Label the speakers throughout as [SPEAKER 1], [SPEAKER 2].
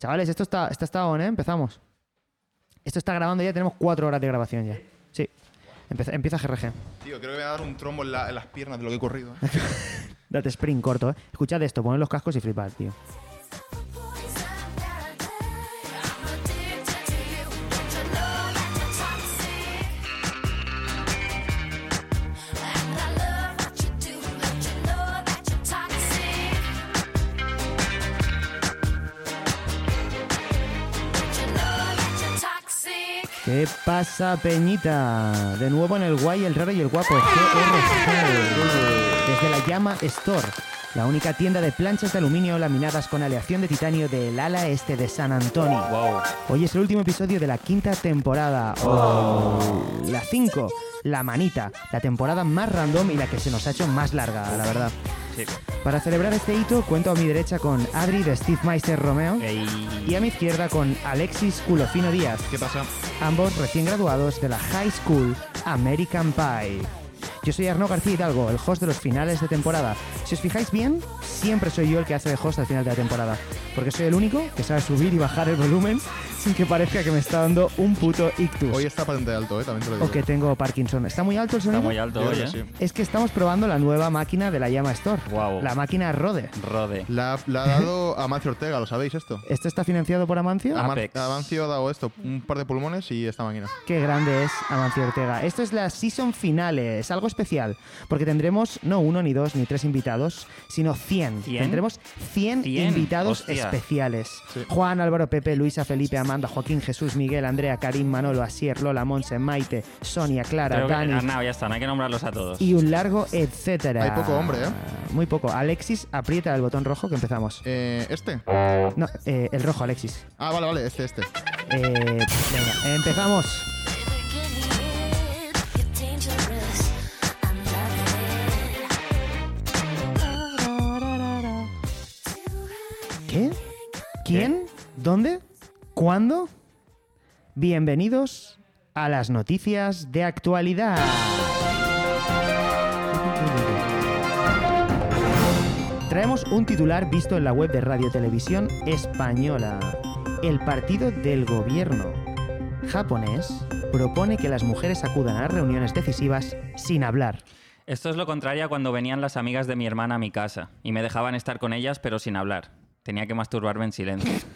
[SPEAKER 1] Chavales, esto está, está, está on, ¿eh? Empezamos. Esto está grabando ya, tenemos cuatro horas de grabación ya. Sí. Empieza, empieza GRG.
[SPEAKER 2] Tío, creo que me va a dar un trombo en, la- en las piernas de lo que he corrido. ¿eh?
[SPEAKER 1] Date sprint corto, ¿eh? Escuchad esto, poned los cascos y flipad, tío. ¿Qué pasa, Peñita? De nuevo en el guay, el raro y el guapo. GRG. Desde la Llama Store, la única tienda de planchas de aluminio laminadas con aleación de titanio del ala este de San Antonio. Hoy es el último episodio de la quinta temporada. La 5, La Manita, la temporada más random y la que se nos ha hecho más larga, la verdad. Para celebrar este hito, cuento a mi derecha con Adri de Steve Meister Romeo y a mi izquierda con Alexis Culofino Díaz
[SPEAKER 2] ¿Qué pasa?
[SPEAKER 1] ambos recién graduados de la High School American Pie. Yo soy Arnaud García Hidalgo, el host de los finales de temporada. Si os fijáis bien, siempre soy yo el que hace de host al final de la temporada, porque soy el único que sabe subir y bajar el volumen sin que parezca que me está dando un puto ictus
[SPEAKER 2] Hoy está patente alto, ¿eh? También te lo digo.
[SPEAKER 1] o que tengo Parkinson. ¿Está muy alto el sonido?
[SPEAKER 3] Está muy alto
[SPEAKER 2] Yo creo
[SPEAKER 3] hoy,
[SPEAKER 2] que
[SPEAKER 3] ¿eh?
[SPEAKER 2] sí.
[SPEAKER 1] Es que estamos probando la nueva máquina de la Llama Store,
[SPEAKER 3] Guau.
[SPEAKER 1] la máquina Rode.
[SPEAKER 3] Rode.
[SPEAKER 2] La, la ha dado Amancio Ortega, ¿lo sabéis esto?
[SPEAKER 1] ¿Esto está financiado por Amancio?
[SPEAKER 3] Ah.
[SPEAKER 2] Aman-
[SPEAKER 3] Apex.
[SPEAKER 2] Amancio ha dado esto, un par de pulmones y esta máquina.
[SPEAKER 1] Qué grande es Amancio Ortega. Esto es la season finale, es algo especial, porque tendremos no uno, ni dos, ni tres invitados, sino 100.
[SPEAKER 3] ¿Cien?
[SPEAKER 1] Tendremos 100
[SPEAKER 3] Cien,
[SPEAKER 1] invitados
[SPEAKER 3] hostia.
[SPEAKER 1] especiales.
[SPEAKER 2] Sí.
[SPEAKER 1] Juan, Álvaro, Pepe, Luisa, Felipe, Amanda, Joaquín, Jesús, Miguel, Andrea, Karim, Manolo, Asier, Lola, Monse, Maite, Sonia, Clara,
[SPEAKER 3] Creo que,
[SPEAKER 1] Dani,
[SPEAKER 3] ah, no, ya está, no hay que nombrarlos a todos.
[SPEAKER 1] y un largo etcétera.
[SPEAKER 2] Hay poco hombre, ¿eh?
[SPEAKER 1] Muy poco. Alexis, aprieta el botón rojo que empezamos.
[SPEAKER 2] Eh, ¿Este?
[SPEAKER 1] No, eh, el rojo, Alexis.
[SPEAKER 2] Ah, vale, vale, este, este.
[SPEAKER 1] Eh, venga, empezamos. ¿Qué? ¿Quién? ¿Dónde? ¿Cuándo? Bienvenidos a las noticias de actualidad. Traemos un titular visto en la web de Radio Televisión Española. El partido del gobierno japonés propone que las mujeres acudan a las reuniones decisivas sin hablar.
[SPEAKER 3] Esto es lo contrario a cuando venían las amigas de mi hermana a mi casa y me dejaban estar con ellas pero sin hablar. Tenía que masturbarme en silencio.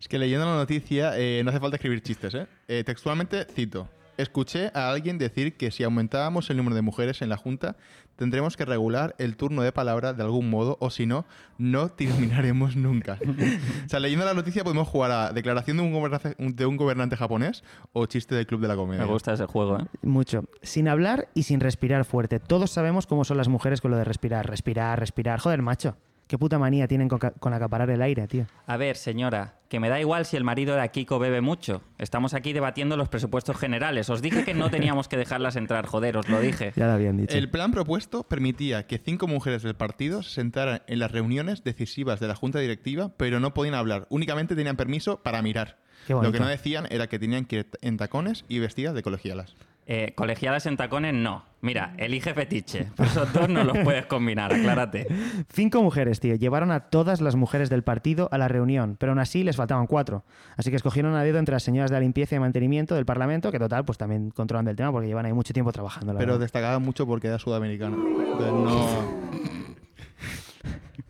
[SPEAKER 2] Es que leyendo la noticia eh, no hace falta escribir chistes, ¿eh? Eh, Textualmente cito. Escuché a alguien decir que si aumentábamos el número de mujeres en la Junta, tendremos que regular el turno de palabra de algún modo, o si no, no terminaremos nunca. o sea, leyendo la noticia podemos jugar a declaración de un gobernante, de un gobernante japonés o chiste del Club de la Comedia.
[SPEAKER 3] Me gusta ese juego, ¿eh?
[SPEAKER 1] Mucho. Sin hablar y sin respirar fuerte. Todos sabemos cómo son las mujeres con lo de respirar, respirar, respirar. Joder, macho. Qué puta manía tienen con, ca- con acaparar el aire, tío.
[SPEAKER 3] A ver, señora, que me da igual si el marido de Akiko bebe mucho. Estamos aquí debatiendo los presupuestos generales. Os dije que no teníamos que dejarlas entrar, joder, os lo dije.
[SPEAKER 1] Ya lo habían dicho.
[SPEAKER 2] El plan propuesto permitía que cinco mujeres del partido se sentaran en las reuniones decisivas de la junta directiva, pero no podían hablar. Únicamente tenían permiso para mirar.
[SPEAKER 1] Qué bonito.
[SPEAKER 2] Lo que no decían era que tenían que ir en tacones y vestidas de colegialas.
[SPEAKER 3] Eh, colegiadas en tacones, no. Mira, elige fetiche. Por esos dos no los puedes combinar, aclárate.
[SPEAKER 1] Cinco mujeres, tío. Llevaron a todas las mujeres del partido a la reunión, pero aún así les faltaban cuatro. Así que escogieron a dedo entre las señoras de la limpieza y mantenimiento del Parlamento, que total, pues también controlan del tema porque llevan ahí mucho tiempo trabajando. la
[SPEAKER 2] Pero
[SPEAKER 1] verdad.
[SPEAKER 2] destacaba mucho porque era sudamericana. Entonces, no.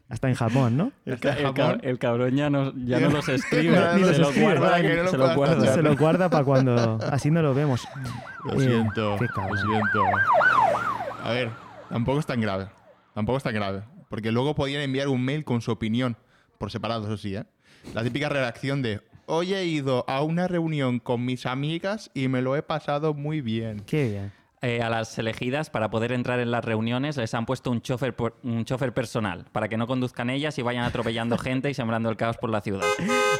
[SPEAKER 1] Hasta en Japón, ¿no?
[SPEAKER 2] El ca- el cab- el
[SPEAKER 3] cabrón ya no,
[SPEAKER 2] no los escribe, Ya no se los lo escribe, guarda, para que no lo se lo puedas guarda. tachar.
[SPEAKER 1] Se lo guarda para cuando así no lo vemos. Eh, qué cabrón.
[SPEAKER 2] siento. A ver, tampoco es tan grave. Tampoco es tan grave. Porque luego podían enviar un mail con su opinión, por separado, eso sí, ¿eh? La típica redacción de: Hoy he ido a una reunión con mis amigas y me lo he pasado muy bien.
[SPEAKER 1] Qué bien.
[SPEAKER 3] Eh, a las elegidas para poder entrar en las reuniones les han puesto un chofer, por- un chofer personal para que no conduzcan ellas y vayan atropellando gente y sembrando el caos por la ciudad.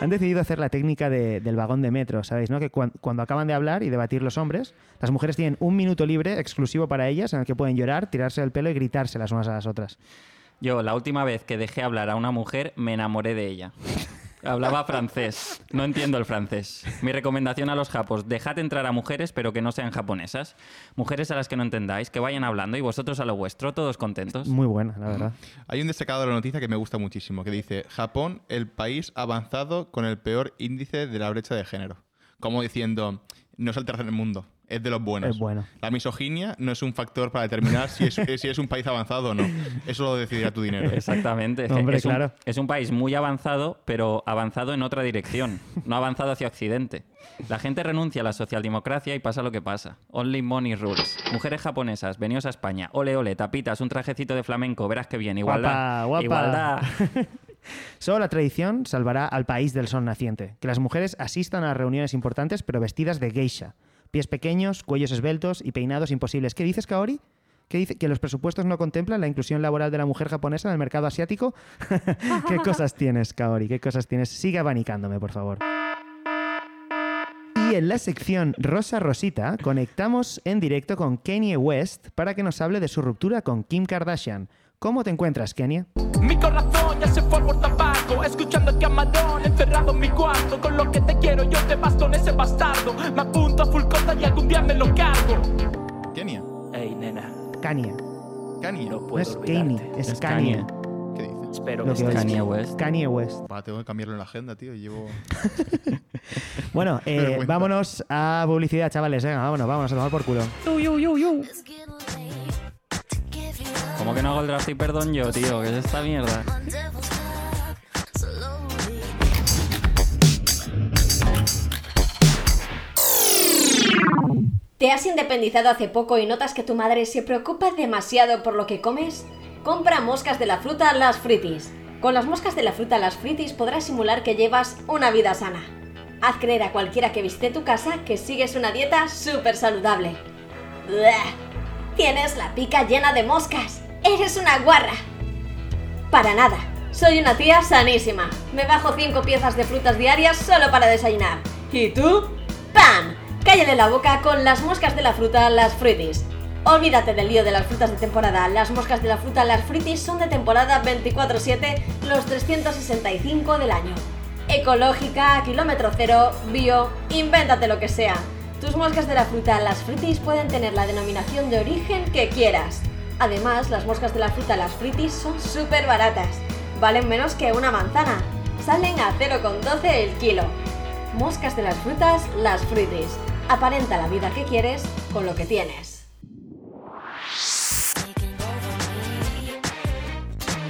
[SPEAKER 1] Han decidido hacer la técnica de- del vagón de metro, ¿sabéis? ¿no? Que cuan- cuando acaban de hablar y debatir los hombres, las mujeres tienen un minuto libre exclusivo para ellas en el que pueden llorar, tirarse del pelo y gritarse las unas a las otras.
[SPEAKER 3] Yo la última vez que dejé hablar a una mujer me enamoré de ella. Hablaba francés. No entiendo el francés. Mi recomendación a los japos, dejad entrar a mujeres, pero que no sean japonesas. Mujeres a las que no entendáis, que vayan hablando y vosotros a lo vuestro, todos contentos.
[SPEAKER 1] Muy buena, la verdad.
[SPEAKER 2] Hay un destacado de la noticia que me gusta muchísimo, que dice, Japón, el país avanzado con el peor índice de la brecha de género. Como diciendo, no es el tercer mundo, es de los buenos.
[SPEAKER 1] Es bueno.
[SPEAKER 2] La misoginia no es un factor para determinar si es, si es un país avanzado o no. Eso lo decidirá tu dinero.
[SPEAKER 3] Exactamente. Es que
[SPEAKER 1] Hombre,
[SPEAKER 3] es un-
[SPEAKER 1] claro.
[SPEAKER 3] es un país muy avanzado, pero avanzado en otra dirección. No avanzado hacia Occidente. La gente renuncia a la socialdemocracia y pasa lo que pasa. Only money rules. Mujeres japonesas, veníos a España. Ole, ole, tapitas, un trajecito de flamenco. Verás qué bien. Igualdad.
[SPEAKER 1] Guapa, guapa.
[SPEAKER 3] Igualdad.
[SPEAKER 1] Solo la tradición salvará al país del sol naciente. Que las mujeres asistan a reuniones importantes pero vestidas de geisha. Pies pequeños, cuellos esbeltos y peinados imposibles. ¿Qué dices, Kaori? ¿Qué dice? ¿Que los presupuestos no contemplan la inclusión laboral de la mujer japonesa en el mercado asiático? ¿Qué cosas tienes, Kaori? ¿Qué cosas tienes? Sigue abanicándome, por favor. Y en la sección Rosa Rosita conectamos en directo con Kanye West para que nos hable de su ruptura con Kim Kardashian. ¿Cómo te encuentras, Kanye?
[SPEAKER 4] Mi corazón ya se fue por tabaco Escuchando que Amadón encerrado en mi cuarto Con lo que te quiero yo te basto en ese bastardo Me apunto a full costa y algún día me lo cargo
[SPEAKER 2] Kenia.
[SPEAKER 4] Ey nena,
[SPEAKER 1] Kanye.
[SPEAKER 2] Kenia.
[SPEAKER 4] no puedo
[SPEAKER 1] No es Kanye,
[SPEAKER 4] olvidarte
[SPEAKER 1] es
[SPEAKER 3] Es
[SPEAKER 1] Kanye.
[SPEAKER 3] Kanye.
[SPEAKER 2] ¿Qué dices?
[SPEAKER 4] Espero
[SPEAKER 1] Lo
[SPEAKER 4] que estés
[SPEAKER 1] que oigo.
[SPEAKER 3] Kanye
[SPEAKER 4] bien.
[SPEAKER 3] West.
[SPEAKER 1] Kanye West.
[SPEAKER 2] Va, tengo que cambiarlo en la agenda, tío. Llevo...
[SPEAKER 1] Bueno, eh,
[SPEAKER 2] Vergüenza.
[SPEAKER 1] vámonos a publicidad, chavales. Venga, vámonos, vámonos a tomar por culo.
[SPEAKER 5] It's getting late to give you up.
[SPEAKER 3] Como que no hago el draft y perdón yo, tío? ¿Qué es esta mierda?
[SPEAKER 5] On devil's cup, slowly.
[SPEAKER 6] ¿Te has independizado hace poco y notas que tu madre se preocupa demasiado por lo que comes? Compra moscas de la fruta Las Fritis. Con las moscas de la fruta Las Fritis podrás simular que llevas una vida sana. Haz creer a cualquiera que visite tu casa que sigues una dieta súper saludable. Buah. Tienes la pica llena de moscas. Eres una guarra. Para nada. Soy una tía sanísima. Me bajo 5 piezas de frutas diarias solo para desayunar. ¿Y tú? ¡Pam! Cállale la boca con las moscas de la fruta, las frutis. Olvídate del lío de las frutas de temporada. Las moscas de la fruta, las frutis son de temporada 24-7, los 365 del año. Ecológica, kilómetro cero, bio, invéntate lo que sea. Tus moscas de la fruta, las frutis, pueden tener la denominación de origen que quieras. Además, las moscas de la fruta las fritis son súper baratas. Valen menos que una manzana. Salen a 0,12 el kilo. Moscas de las frutas, las fritis. Aparenta la vida que quieres con lo que tienes.
[SPEAKER 5] Taking over me.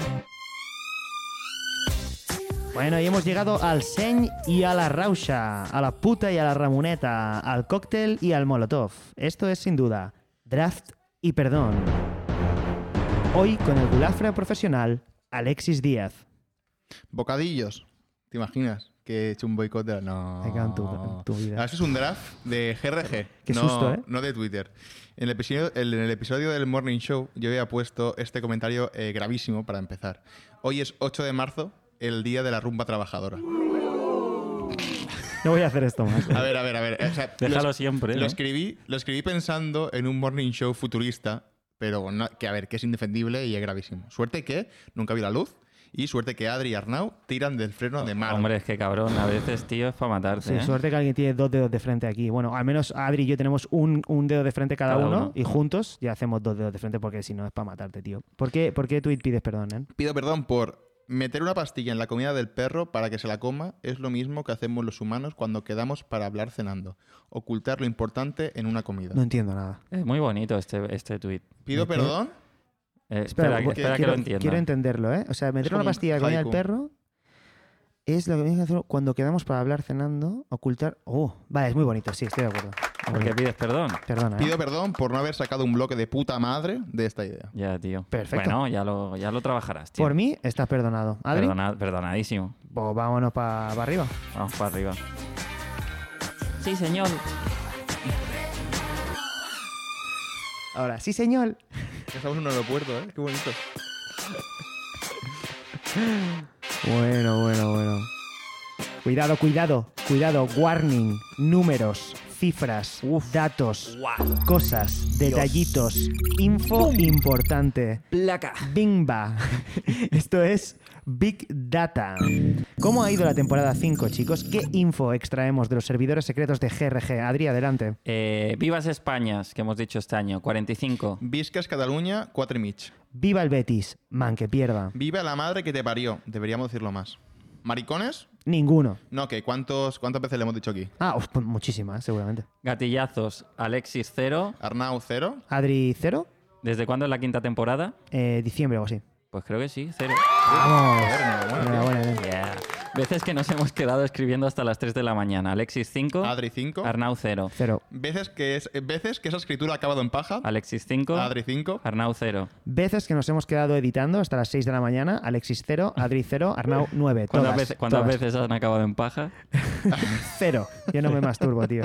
[SPEAKER 1] Bueno, y hemos llegado al Sen y a la Rausha, a la puta y a la Ramoneta, al cóctel y al Molotov. Esto es sin duda Draft y Perdón. Hoy con el gulafra profesional Alexis Díaz.
[SPEAKER 2] Bocadillos. ¿Te imaginas? Que he hecho un boicot de la... No.
[SPEAKER 1] Me cago en tu- en tu vida.
[SPEAKER 2] Ah, Eso es un draft de GRG.
[SPEAKER 1] Qué
[SPEAKER 2] no,
[SPEAKER 1] susto, ¿eh?
[SPEAKER 2] No de Twitter. En el, episodio, el- en el episodio del Morning Show yo había puesto este comentario eh, gravísimo para empezar. Hoy es 8 de marzo, el día de la rumba trabajadora.
[SPEAKER 1] No voy a hacer esto más.
[SPEAKER 2] A ver, a ver, a ver. o sea,
[SPEAKER 3] Déjalo ¿eh?
[SPEAKER 2] lo es-
[SPEAKER 3] siempre,
[SPEAKER 2] Lo
[SPEAKER 3] ¿no?
[SPEAKER 2] escribí, lo escribí pensando en un morning show futurista, pero no- que a ver, que es indefendible y es gravísimo. Suerte que nunca vi la luz y suerte que Adri y Arnau tiran del freno de mano.
[SPEAKER 3] Hombre, es que cabrón, a veces, tío, es para matarte.
[SPEAKER 1] Sí,
[SPEAKER 3] ¿eh?
[SPEAKER 1] suerte que alguien tiene dos dedos de frente aquí. Bueno, al menos Adri y yo tenemos un, un dedo de frente cada,
[SPEAKER 3] Cada
[SPEAKER 1] uno,
[SPEAKER 3] uno.
[SPEAKER 1] y juntos ya hacemos dos dedos de frente porque si no es para matarte, tío. ¿Por qué, por qué Tweet pides perdón, eh?
[SPEAKER 2] Pido perdón por meter una pastilla en la comida del perro para que se la coma. Es lo mismo que hacemos los humanos cuando quedamos para hablar cenando. Ocultar lo importante en una comida.
[SPEAKER 1] No entiendo nada.
[SPEAKER 3] Es muy bonito este, este tuit.
[SPEAKER 2] Pido perdón.
[SPEAKER 3] Eh, espera,
[SPEAKER 1] pues,
[SPEAKER 3] espera que
[SPEAKER 1] quiero,
[SPEAKER 3] lo entienda.
[SPEAKER 1] Quiero entenderlo, ¿eh? O sea, meter
[SPEAKER 2] como
[SPEAKER 1] una
[SPEAKER 2] un
[SPEAKER 1] pastilla de comida al
[SPEAKER 2] haiku.
[SPEAKER 1] perro es lo que tienes que hacer cuando quedamos para hablar cenando, ocultar. Oh, vale, es muy bonito, sí, estoy de acuerdo.
[SPEAKER 3] ¿Por qué pides perdón?
[SPEAKER 1] Perdona. ¿eh?
[SPEAKER 2] Pido perdón por no haber sacado un bloque de puta madre de esta idea.
[SPEAKER 3] Ya, tío.
[SPEAKER 1] Perfecto.
[SPEAKER 3] Bueno, ya lo, ya lo trabajarás, tío.
[SPEAKER 1] Por mí estás perdonado. Adri,
[SPEAKER 3] Perdona- perdonadísimo.
[SPEAKER 1] pues vámonos para arriba.
[SPEAKER 3] Vamos para arriba. Sí, señor.
[SPEAKER 1] Ahora, sí, señor.
[SPEAKER 2] Estamos en un aeropuerto, ¿eh? Qué bonito.
[SPEAKER 1] Bueno, bueno, bueno. Cuidado, cuidado, cuidado. Warning, números, cifras, datos, cosas, detallitos, info importante.
[SPEAKER 3] Placa.
[SPEAKER 1] Bimba. Esto es Big Data. ¿Cómo ha ido la temporada 5, chicos? ¿Qué info extraemos de los servidores secretos de GRG? Adri, adelante.
[SPEAKER 3] Eh, Vivas Españas, que hemos dicho este año, 45.
[SPEAKER 2] Viscas Cataluña, 4 y mig.
[SPEAKER 1] Viva el Betis, man que pierda.
[SPEAKER 2] Viva la madre que te parió. Deberíamos decirlo más. ¿Maricones?
[SPEAKER 1] Ninguno.
[SPEAKER 2] No, que ¿cuántos, ¿cuántas veces le hemos dicho aquí?
[SPEAKER 1] Ah, uf, pues muchísimas, seguramente.
[SPEAKER 3] Gatillazos, Alexis Cero.
[SPEAKER 2] Arnau, 0.
[SPEAKER 1] Adri, cero.
[SPEAKER 3] ¿Desde cuándo es la quinta temporada?
[SPEAKER 1] Eh, diciembre o así.
[SPEAKER 3] Pues creo que sí, cero.
[SPEAKER 1] Vamos.
[SPEAKER 2] bueno,
[SPEAKER 1] Enhorabuena, bien.
[SPEAKER 3] Yeah. Veces que nos hemos quedado escribiendo hasta las 3 de la mañana. Alexis 5.
[SPEAKER 2] Adri, 5.
[SPEAKER 3] Arnau 0.
[SPEAKER 1] Cero.
[SPEAKER 2] Veces que, es, veces que esa escritura ha acabado en paja.
[SPEAKER 3] Alexis 5.
[SPEAKER 2] Adri, 5.
[SPEAKER 3] Arnau 0.
[SPEAKER 1] Veces que nos hemos quedado editando hasta las 6 de la mañana. Alexis 0, Adri 0, Arnau 9.
[SPEAKER 3] ¿Cuántas,
[SPEAKER 1] Todas,
[SPEAKER 3] veces, cuántas
[SPEAKER 1] todas.
[SPEAKER 3] veces han acabado en paja?
[SPEAKER 1] Cero. Yo no me masturbo, tío.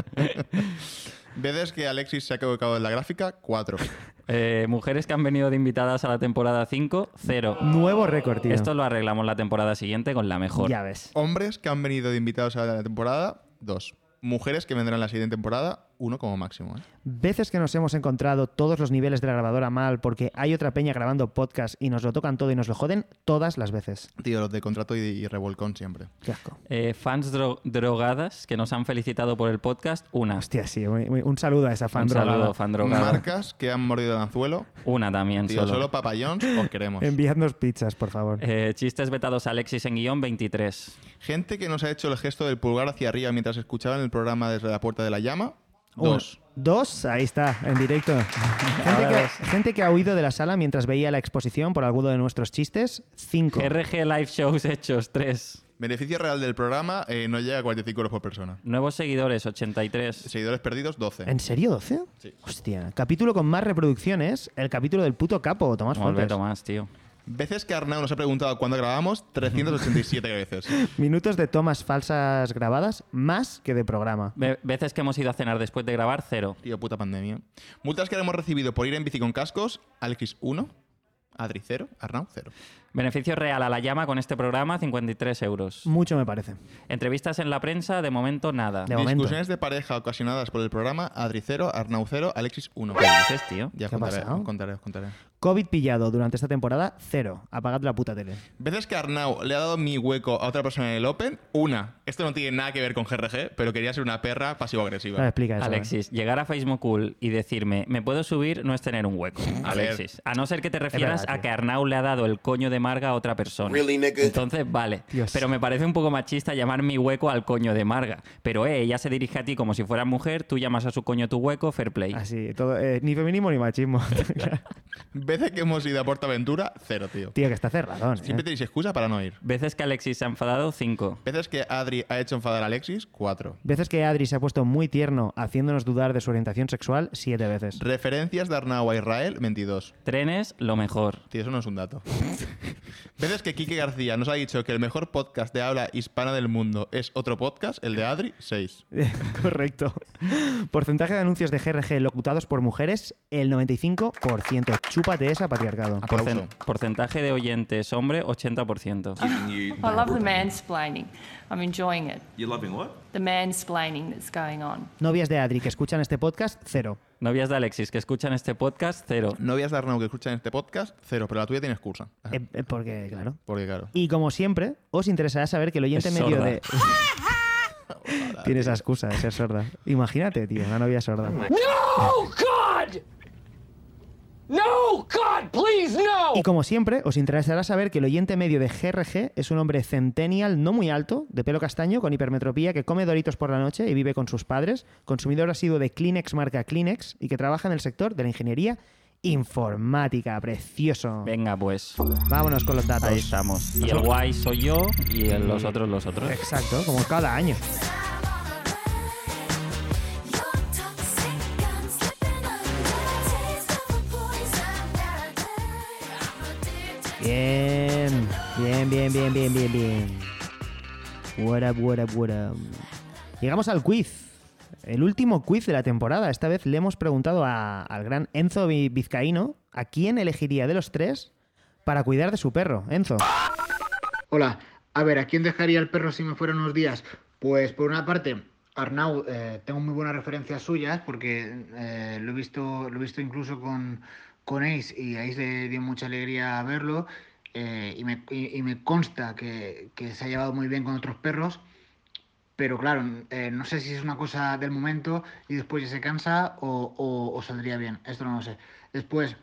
[SPEAKER 2] Veces que Alexis se ha equivocado en la gráfica, 4.
[SPEAKER 3] Eh, mujeres que han venido de invitadas a la temporada 5, 0.
[SPEAKER 1] Nuevo récord, tío.
[SPEAKER 3] Esto lo arreglamos la temporada siguiente con la mejor.
[SPEAKER 1] Ya ves.
[SPEAKER 2] Hombres que han venido de invitados a la temporada, 2. Mujeres que vendrán la siguiente temporada, 1 como máximo. ¿eh?
[SPEAKER 1] Veces que nos hemos encontrado todos los niveles de la grabadora mal porque hay otra peña grabando podcast y nos lo tocan todo y nos lo joden todas las veces.
[SPEAKER 2] Tío, los de contrato y, y revolcón siempre.
[SPEAKER 1] Qué asco.
[SPEAKER 3] Eh, fans dro- drogadas que nos han felicitado por el podcast, una.
[SPEAKER 1] Hostia, sí. muy- muy- un saludo a esa fan
[SPEAKER 3] un
[SPEAKER 1] drogada.
[SPEAKER 3] saludo, fan drogada.
[SPEAKER 2] Marcas que han mordido el anzuelo,
[SPEAKER 3] Una también,
[SPEAKER 2] tío,
[SPEAKER 3] solo.
[SPEAKER 2] solo papayón, os queremos.
[SPEAKER 1] Enviadnos pizzas, por favor.
[SPEAKER 3] Eh, chistes vetados Alexis en guión 23.
[SPEAKER 2] Gente que nos ha hecho el gesto del pulgar hacia arriba mientras escuchaban el programa desde la puerta de la llama, 2.
[SPEAKER 1] Un- Dos, ahí está, en directo. Gente que, gente que ha huido de la sala mientras veía la exposición por alguno de nuestros chistes, cinco.
[SPEAKER 3] RG Live Shows hechos 3.
[SPEAKER 2] Beneficio real del programa eh, no llega a 45 euros por persona.
[SPEAKER 3] Nuevos seguidores 83.
[SPEAKER 2] Seguidores perdidos, 12.
[SPEAKER 1] ¿En serio, 12?
[SPEAKER 2] Sí.
[SPEAKER 1] Hostia, capítulo con más reproducciones, el capítulo del puto capo, Tomás
[SPEAKER 3] Volve
[SPEAKER 1] Fuentes.
[SPEAKER 3] Tomás, tío.
[SPEAKER 2] Veces que Arnau nos ha preguntado cuándo grabamos, 387 veces.
[SPEAKER 1] Minutos de tomas falsas grabadas, más que de programa.
[SPEAKER 3] Ve- veces que hemos ido a cenar después de grabar, cero.
[SPEAKER 2] Tío, puta pandemia. Multas que hemos recibido por ir en bici con cascos, Alexis 1, Adri 0, Arnau 0.
[SPEAKER 3] Beneficio real a la llama con este programa, 53 euros.
[SPEAKER 1] Mucho me parece.
[SPEAKER 3] Entrevistas en la prensa, de momento nada.
[SPEAKER 1] De momento.
[SPEAKER 2] Discusiones de pareja ocasionadas por el programa, Adri 0, Arnau 0, Alexis 1.
[SPEAKER 3] ¿Qué dices, tío?
[SPEAKER 2] Ya os
[SPEAKER 1] ¿Qué ha
[SPEAKER 2] contaré,
[SPEAKER 1] pasado?
[SPEAKER 2] os contaré, os contaré.
[SPEAKER 1] COVID pillado durante esta temporada, cero. Apagad la puta tele.
[SPEAKER 2] Veces que Arnau le ha dado mi hueco a otra persona en el Open, una. Esto no tiene nada que ver con GRG, pero quería ser una perra pasivo-agresiva.
[SPEAKER 1] Ahora explica eso. eh.
[SPEAKER 3] Alexis, llegar a Facebook Cool y decirme, ¿me puedo subir? No es tener un hueco.
[SPEAKER 2] ver.
[SPEAKER 3] Alexis, a no ser que te refieras
[SPEAKER 1] verdad,
[SPEAKER 3] a
[SPEAKER 1] tío.
[SPEAKER 3] que Arnau le ha dado el coño de Marga a otra persona.
[SPEAKER 7] Really, nigga?
[SPEAKER 3] Entonces, vale.
[SPEAKER 1] Dios.
[SPEAKER 3] Pero me parece un poco machista llamar mi hueco al coño de Marga. Pero, eh, ella se dirige a ti como si fuera mujer, tú llamas a su coño tu hueco, fair play.
[SPEAKER 1] Así, todo, eh, ni feminismo ni machismo.
[SPEAKER 2] Veces que hemos ido a Portaventura, 0, tío.
[SPEAKER 1] Tío, que está cerradón. eh.
[SPEAKER 2] Siempre tenéis excusa para no ir.
[SPEAKER 3] Veces que Alexis se ha enfadado, cinco.
[SPEAKER 2] Veces que Adri ha hecho enfadar a Alexis, 4.
[SPEAKER 1] Veces que Adri se ha puesto muy tierno haciéndonos dudar de su orientación sexual siete veces.
[SPEAKER 2] Referencias de Arnau a Israel, 22.
[SPEAKER 3] Trenes, lo mejor.
[SPEAKER 2] Tío, eso no es un dato. Veces que Quique García nos ha dicho que el mejor podcast de habla hispana del mundo es otro podcast, el de Adri, 6.
[SPEAKER 1] Correcto. Porcentaje de anuncios de GRG locutados por mujeres, el 95%. Chúpate esa patriarcado.
[SPEAKER 2] Aplauso.
[SPEAKER 3] Porcen- porcentaje de oyentes hombre, 80%.
[SPEAKER 7] Ah.
[SPEAKER 8] I love the mansplaining. I'm enjoying it.
[SPEAKER 9] You're loving what?
[SPEAKER 8] The mansplaining that's going on.
[SPEAKER 1] Novias de Adri que escuchan este podcast, cero.
[SPEAKER 3] Novias de Alexis que escuchan este podcast, cero.
[SPEAKER 2] Novias de Arnau que escuchan este podcast, 0, pero la tuya tiene excusa. Ajá,
[SPEAKER 1] Eh, eh, porque, claro.
[SPEAKER 2] Porque claro.
[SPEAKER 1] Y como siempre, os interesará saber que el oyente
[SPEAKER 3] Es
[SPEAKER 1] medio
[SPEAKER 3] sorda.
[SPEAKER 1] de... Tiene esa excusa de ser sorda. Imagínate, tío, una novia sorda.
[SPEAKER 4] No, God! No, God, please, no!
[SPEAKER 3] Oh.
[SPEAKER 1] Y como siempre, os interesará saber que el oyente medio de GRG es un hombre centennial no muy alto, de pelo castaño, con hipermetropía, que come doritos por la noche y vive con sus padres, consumidor asiduo de Kleenex marca Kleenex y que trabaja en el sector de la ingeniería informática. Precioso.
[SPEAKER 3] Venga, pues.
[SPEAKER 1] Vámonos con los datos.
[SPEAKER 3] Ahí estamos. Y el guay soy yo y el- los otros los otros.
[SPEAKER 1] Exacto, como cada año. Bien, bien, bien, bien, bien, bien, bien. What up, what up, what up. Llegamos al quiz. El último quiz de la temporada. Esta vez le hemos preguntado a- al gran Enzo Vi- Vizcaíno a quién elegiría de los tres para cuidar de su perro. Enzo.
[SPEAKER 10] Hola, a ver, ¿a quién dejaría el perro si me fuera unos días? Pues por una parte, Arnau, eh, tengo muy buenas referencias suyas porque eh, lo, he visto, lo he visto incluso con, con Ace y a Ace le dio mucha alegría verlo. eh, y, me, y- y me consta que, que se ha llevado muy bien con otros perros, pero claro, eh, no sé si es una cosa del momento y después ya se cansa o, o- o saldría bien, esto no lo sé. Después,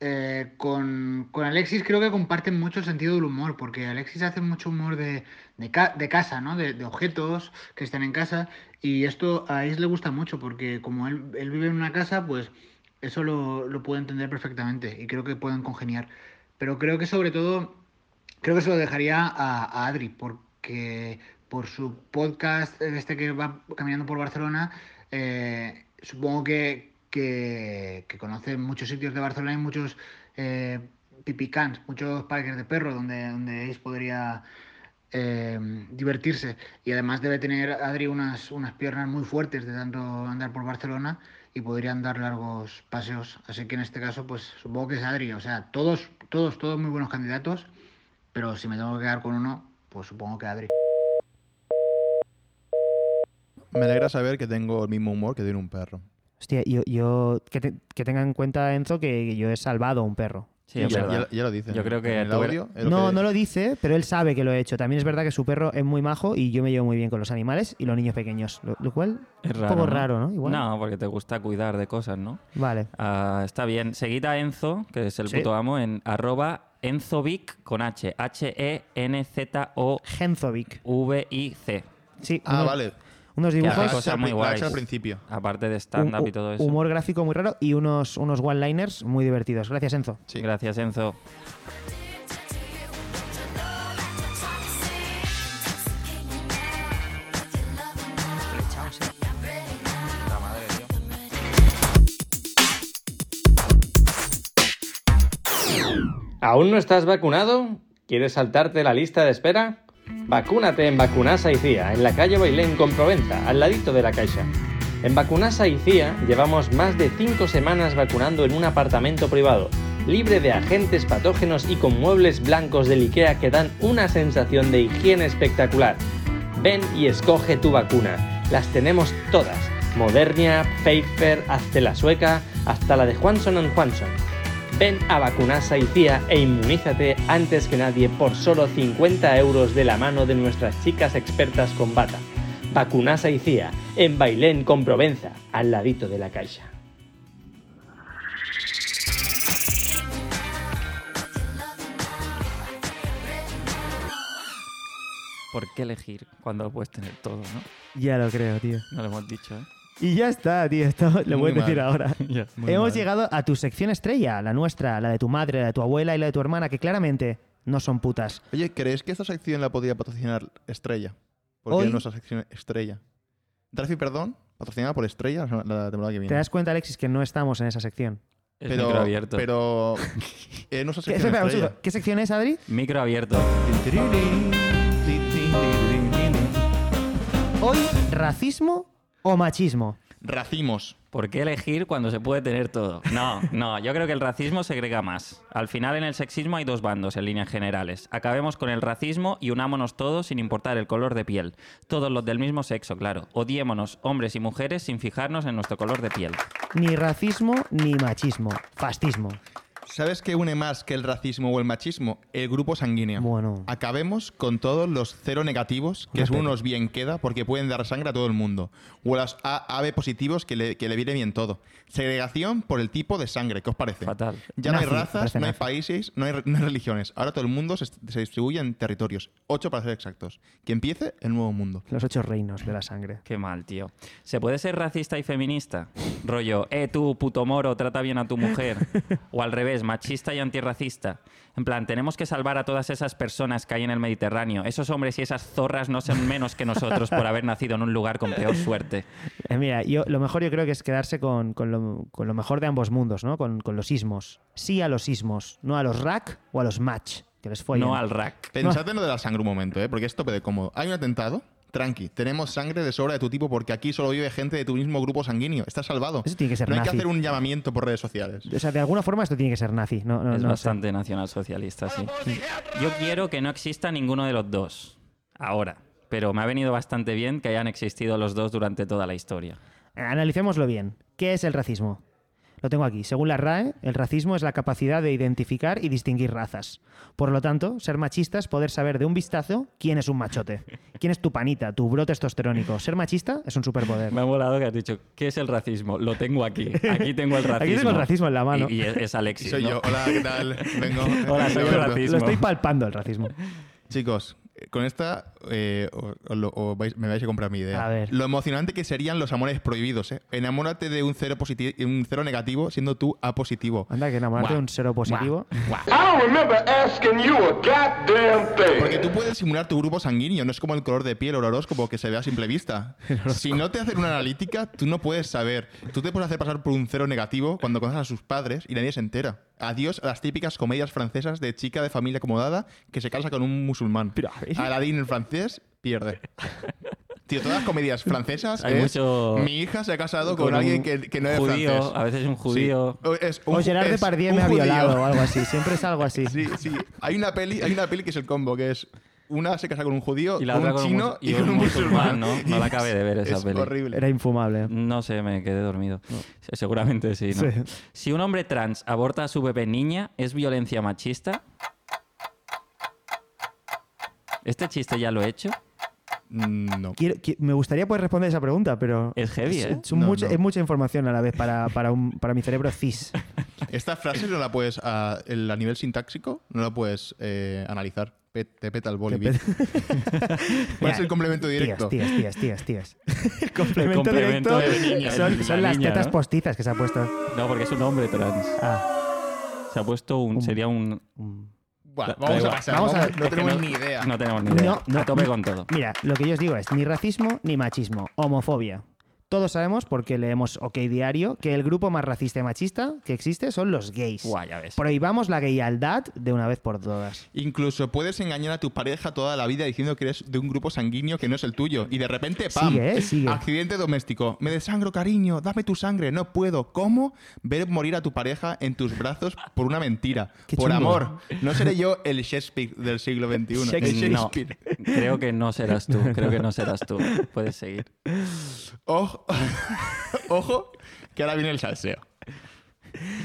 [SPEAKER 10] eh, con, con Alexis creo que comparten mucho el sentido del humor, porque Alexis hace mucho humor de, de, ca- de casa, ¿no? De, de objetos que están en casa, y esto a Ais le gusta mucho, porque como él, él vive en una casa, pues eso lo, lo puede entender perfectamente, y creo que pueden congeniar. Pero creo que sobre todo, creo que se lo dejaría a, a Adri, porque por su podcast, eh, este que va caminando por Barcelona, eh, supongo que, que, que conoce muchos sitios de Barcelona y muchos eh, pipicans, muchos parques de perro donde, donde Ace podría eh, divertirse. Y además debe tener Adri unas, unas piernas muy fuertes de tanto andar por Barcelona y podrían dar largos paseos. Así que en este caso, pues supongo que es Adri. O sea, todos, todos, todos muy buenos candidatos, pero si me tengo que quedar con uno, pues supongo que Adri.
[SPEAKER 2] Me alegra saber que tengo el mismo humor que tiene un perro.
[SPEAKER 1] Hostia, yo, yo- que, te- que tenga en cuenta, Enzo, que yo he salvado a un perro.
[SPEAKER 3] Sí,
[SPEAKER 2] ya,
[SPEAKER 3] es verdad.
[SPEAKER 2] ya- ya lo dice.
[SPEAKER 3] Yo
[SPEAKER 2] ¿no?
[SPEAKER 3] creo que
[SPEAKER 2] En el
[SPEAKER 3] tú
[SPEAKER 2] audio. es
[SPEAKER 1] No,
[SPEAKER 2] que-
[SPEAKER 1] no lo dice, pero él sabe que lo he hecho. También es verdad que su perro es muy majo y yo me llevo muy bien con los animales y los niños pequeños, lo, lo cual
[SPEAKER 3] Es
[SPEAKER 1] un poco raro, ¿no? Igual.
[SPEAKER 3] No, porque te gusta cuidar de cosas, ¿no?
[SPEAKER 1] Vale.
[SPEAKER 3] Ah, está bien. Seguid a Enzo, que es el
[SPEAKER 1] Sí.
[SPEAKER 3] puto amo, en arroba enzovic con H. E H-E-N-Z-O-V-I-C.
[SPEAKER 1] Genzovic. Sí.
[SPEAKER 2] Ah,
[SPEAKER 1] unos-
[SPEAKER 2] vale.
[SPEAKER 1] Unos
[SPEAKER 3] Que
[SPEAKER 1] dibujos.
[SPEAKER 3] hace
[SPEAKER 2] Lo ha hecho
[SPEAKER 3] cosas
[SPEAKER 2] al
[SPEAKER 3] muy
[SPEAKER 2] pri- lo ha
[SPEAKER 3] guays.
[SPEAKER 2] hecho al principio.
[SPEAKER 3] Aparte de
[SPEAKER 1] un-
[SPEAKER 3] stand-up y todo eso.
[SPEAKER 1] Humor gráfico muy raro y unos, unos one-liners muy divertidos. Gracias, Enzo.
[SPEAKER 2] Sí.
[SPEAKER 3] Gracias, Enzo.
[SPEAKER 7] ¿Aún no estás vacunado? ¿Quieres saltarte la lista de espera? Vacúnate en Vacunasa y CIA, en la calle Bailén con Provenza, al ladito de la Caixa. En Vacunasa y CIA llevamos más de 5 semanas vacunando en un apartamento privado, libre de agentes patógenos y con muebles blancos del IKEA que dan una sensación de higiene espectacular. Ven y escoge tu vacuna. Las tenemos todas. Modernia, Pfeiffer, hasta la sueca, hasta la de Johnson Johnson. Ven a Vacunasa y CIA e inmunízate antes que nadie por solo 50 euros de la mano de nuestras chicas expertas con bata. Vacunasa y CIA, en Bailén con Provenza, al ladito de la Caixa.
[SPEAKER 3] ¿Por qué elegir cuando lo puedes tener todo, no?
[SPEAKER 1] Ya lo creo, tío.
[SPEAKER 3] No lo hemos dicho, ¿eh?
[SPEAKER 1] Y ya está, tío. Esto lo
[SPEAKER 2] Muy
[SPEAKER 1] voy a decir
[SPEAKER 2] mal.
[SPEAKER 1] ahora.
[SPEAKER 3] Ya,
[SPEAKER 2] muy
[SPEAKER 1] Hemos
[SPEAKER 2] mal.
[SPEAKER 1] llegado a tu sección estrella, la nuestra, la de tu madre, la de tu abuela y la de tu hermana, que claramente no son putas.
[SPEAKER 2] Oye, ¿creéis que esta sección la podía patrocinar Estrella? Porque
[SPEAKER 1] Hoy-
[SPEAKER 2] es nuestra sección Estrella. Drafi, perdón, patrocinada por Estrella la semana- la temporada que viene.
[SPEAKER 1] ¿Te das cuenta, Alexis, que no estamos en esa sección?
[SPEAKER 3] Es micro abierto.
[SPEAKER 2] Pero eh, es nuestra
[SPEAKER 1] ¿Qué,
[SPEAKER 2] sección
[SPEAKER 1] espera, un
[SPEAKER 2] Estrella.
[SPEAKER 1] segundo. ¿Qué sección es, Adri?
[SPEAKER 3] Micro abierto.
[SPEAKER 1] Hoy, racismo o machismo.
[SPEAKER 2] Racimos.
[SPEAKER 3] ¿Por qué elegir cuando se puede tener todo? No, no, yo creo que el racismo segrega más. Al final en el sexismo hay dos bandos en líneas generales. Acabemos con el racismo y unámonos todos sin importar el color de piel. Todos los del mismo sexo, claro. Odiémonos, hombres y mujeres, sin fijarnos en nuestro color de piel.
[SPEAKER 1] Ni racismo ni machismo. Fascismo.
[SPEAKER 2] ¿Sabes qué une más que el racismo o el machismo? El grupo sanguíneo.
[SPEAKER 1] Bueno.
[SPEAKER 2] Acabemos con todos los cero negativos, que
[SPEAKER 1] Una
[SPEAKER 2] es
[SPEAKER 1] pena.
[SPEAKER 2] unos bien queda porque pueden dar sangre a todo el mundo. O a los A- AB positivos que le, que le viene bien todo. Segregación por el tipo de sangre, ¿qué os parece?
[SPEAKER 3] Fatal.
[SPEAKER 2] Ya no
[SPEAKER 1] Nazi,
[SPEAKER 2] hay razas,
[SPEAKER 1] parece
[SPEAKER 2] no hay
[SPEAKER 1] nazi.
[SPEAKER 2] países, no hay, re- no hay religiones. Ahora todo el mundo se, se distribuye en territorios. Ocho para ser exactos. Que empiece el nuevo mundo.
[SPEAKER 1] Los ocho reinos de la sangre.
[SPEAKER 3] Qué mal, tío. ¿Se puede ser racista y feminista? Rollo, eh, tú, puto moro, trata bien a tu mujer. O al revés, machista y antirracista. En plan, tenemos que salvar a todas esas personas que hay en el Mediterráneo. Esos hombres y esas zorras no son menos que nosotros por haber nacido en un lugar con peor suerte.
[SPEAKER 1] Eh, mira, yo, lo mejor yo creo que es quedarse con, con lo, con lo mejor de ambos mundos, ¿no? Con, con los ismos. Sí a los ismos, no a los rack o a los match, que les follen.
[SPEAKER 3] No al rack.
[SPEAKER 2] Pensad en lo de la sangre un momento, ¿eh? porque es tope de cómodo. Hay un atentado, tranqui. Tenemos sangre de sobra de tu tipo porque aquí solo vive gente de tu mismo grupo sanguíneo. Estás salvado.
[SPEAKER 1] Eso tiene que ser
[SPEAKER 2] No hay
[SPEAKER 1] nazi.
[SPEAKER 2] que hacer un llamamiento por redes sociales.
[SPEAKER 1] O sea, de alguna forma esto tiene que ser nazi. No, no,
[SPEAKER 3] es
[SPEAKER 1] no sé.
[SPEAKER 3] bastante nacionalsocialista, sí. Yo quiero que no exista ninguno de los dos. Ahora. Pero me ha venido bastante bien que hayan existido los dos durante toda la historia.
[SPEAKER 1] Analicémoslo bien. ¿Qué es el racismo? Lo Lo tengo aquí. Según la RAE, el racismo es la capacidad de identificar y distinguir razas. Por lo tanto, ser machista es poder saber de un vistazo quién es un machote, quién es tu panita, tu bro testosterónico. Ser machista es un superpoder.
[SPEAKER 3] Me ha molado que has dicho, ¿qué es el racismo? Lo tengo aquí. Aquí tengo el racismo.
[SPEAKER 1] Aquí tengo el racismo en la mano.
[SPEAKER 3] Y, y es, es Alexis.
[SPEAKER 2] Soy
[SPEAKER 3] ¿no?
[SPEAKER 2] yo. Hola, ¿qué tal? Vengo.
[SPEAKER 3] Hola, soy
[SPEAKER 2] Roberto.
[SPEAKER 3] racismo.
[SPEAKER 1] Lo estoy palpando el racismo.
[SPEAKER 2] Chicos, con esta eh, os- os lo- os vais- me vais a comprar mi idea.
[SPEAKER 1] A ver.
[SPEAKER 2] Lo emocionante que serían los amores prohibidos, ¿eh? Enamórate de un cero, positivo, un cero negativo siendo tú A positivo.
[SPEAKER 1] Anda, que enamorarte de
[SPEAKER 3] Buah,
[SPEAKER 1] un cero positivo.
[SPEAKER 3] Buah, buah.
[SPEAKER 4] I don't remember asking you a goddamn thing.
[SPEAKER 2] Porque tú puedes simular tu grupo sanguíneo, no es como el color de piel o el horóscopo que se ve a simple vista. Si no te hacen una analítica, tú no puedes saber. Tú te puedes hacer pasar por un cero negativo cuando conoces a sus padres y nadie se entera. Adiós a las típicas comedias francesas de chica de familia acomodada que se casa con un musulmán. Aladdin el francés pierde. Tío, todas las comedias francesas
[SPEAKER 3] Hay
[SPEAKER 2] es,
[SPEAKER 3] mucho-
[SPEAKER 2] Mi hija se ha casado con,
[SPEAKER 3] con
[SPEAKER 2] alguien
[SPEAKER 3] un
[SPEAKER 2] que, que no es
[SPEAKER 3] judío,
[SPEAKER 2] francés.
[SPEAKER 3] a veces un judío.
[SPEAKER 2] Sí. O, es un
[SPEAKER 1] O
[SPEAKER 2] ju-
[SPEAKER 1] Gerard
[SPEAKER 2] es
[SPEAKER 1] Depardieu
[SPEAKER 2] un
[SPEAKER 1] me ha
[SPEAKER 2] judío.
[SPEAKER 1] violado o algo así. Siempre es algo así.
[SPEAKER 2] Sí, sí. Hay una peli, hay una peli que es el combo, que es una se casa con un judío,
[SPEAKER 3] Y la
[SPEAKER 2] con
[SPEAKER 3] otra
[SPEAKER 2] un
[SPEAKER 3] con un
[SPEAKER 2] chino
[SPEAKER 3] mus-
[SPEAKER 2] y, con un musulmán,
[SPEAKER 3] ¿no? No la acabé de ver esa
[SPEAKER 2] es
[SPEAKER 3] peli.
[SPEAKER 2] horrible.
[SPEAKER 1] Era infumable.
[SPEAKER 3] No sé, me quedé dormido. Sí, Seguramente sí, ¿no?
[SPEAKER 1] Sí.
[SPEAKER 3] Si un hombre trans aborta a su bebé niña, ¿es violencia machista? ¿Este chiste ya lo he hecho?
[SPEAKER 2] Mm, No.
[SPEAKER 1] Quiero- qui- me gustaría poder responder esa pregunta, pero.
[SPEAKER 3] Es heavy, ¿eh?
[SPEAKER 1] es, un
[SPEAKER 2] No,
[SPEAKER 1] mucha,
[SPEAKER 2] no.
[SPEAKER 1] es mucha información a la vez para, para, un- para mi cerebro cis.
[SPEAKER 2] Esta frase no la puedes, a, el- a nivel sintáxico, no la puedes eh, analizar. Pe- te peta el boli.
[SPEAKER 1] peta-
[SPEAKER 2] ¿Cuál es el complemento directo?
[SPEAKER 1] Tías, tías, tías, tías. tías. El complemento,
[SPEAKER 3] complemento
[SPEAKER 1] directo
[SPEAKER 3] de niña,
[SPEAKER 1] son,
[SPEAKER 3] de
[SPEAKER 1] son
[SPEAKER 3] la
[SPEAKER 1] las
[SPEAKER 3] niña,
[SPEAKER 1] tetas
[SPEAKER 3] ¿no?
[SPEAKER 1] postizas que se ha puesto.
[SPEAKER 3] No, porque es un hombre trans.
[SPEAKER 1] Ah,
[SPEAKER 3] Se ha puesto un.
[SPEAKER 1] Un-
[SPEAKER 3] Sería un.
[SPEAKER 2] Buah,
[SPEAKER 3] Da- da
[SPEAKER 2] vamos a
[SPEAKER 3] igual.
[SPEAKER 2] pasar.
[SPEAKER 1] Vamos
[SPEAKER 2] Vamos
[SPEAKER 1] a-
[SPEAKER 2] no tenemos
[SPEAKER 3] no-
[SPEAKER 2] ni idea.
[SPEAKER 3] No tenemos ni idea.
[SPEAKER 1] No, no,
[SPEAKER 3] a tope
[SPEAKER 1] no.
[SPEAKER 3] con todo.
[SPEAKER 1] mira, lo que yo os digo es ni racismo ni machismo, homofobia. Todos sabemos, porque leemos OK Diario, que el grupo más racista y machista que existe son los gays.
[SPEAKER 3] Guay, ya ves.
[SPEAKER 1] Prohibamos la gayaldad de una vez por todas.
[SPEAKER 2] Incluso puedes engañar a tu pareja toda la vida diciendo que eres de un grupo sanguíneo que no es el tuyo. Y de repente, ¡pam!
[SPEAKER 1] Sigue, eh, sigue.
[SPEAKER 2] Accidente doméstico. Me desangro, cariño. Dame tu sangre. No puedo. ¿Cómo? Ver morir a tu pareja en tus brazos por una mentira.
[SPEAKER 1] Qué
[SPEAKER 2] por
[SPEAKER 1] chungo.
[SPEAKER 2] amor. No seré yo el Shakespeare del siglo XXI. El
[SPEAKER 1] Shakespeare.
[SPEAKER 3] No,
[SPEAKER 2] Shakespeare.
[SPEAKER 3] creo que no serás tú. Creo que no serás tú. Puedes seguir.
[SPEAKER 2] Ojo, ojo, que ahora viene el salseo.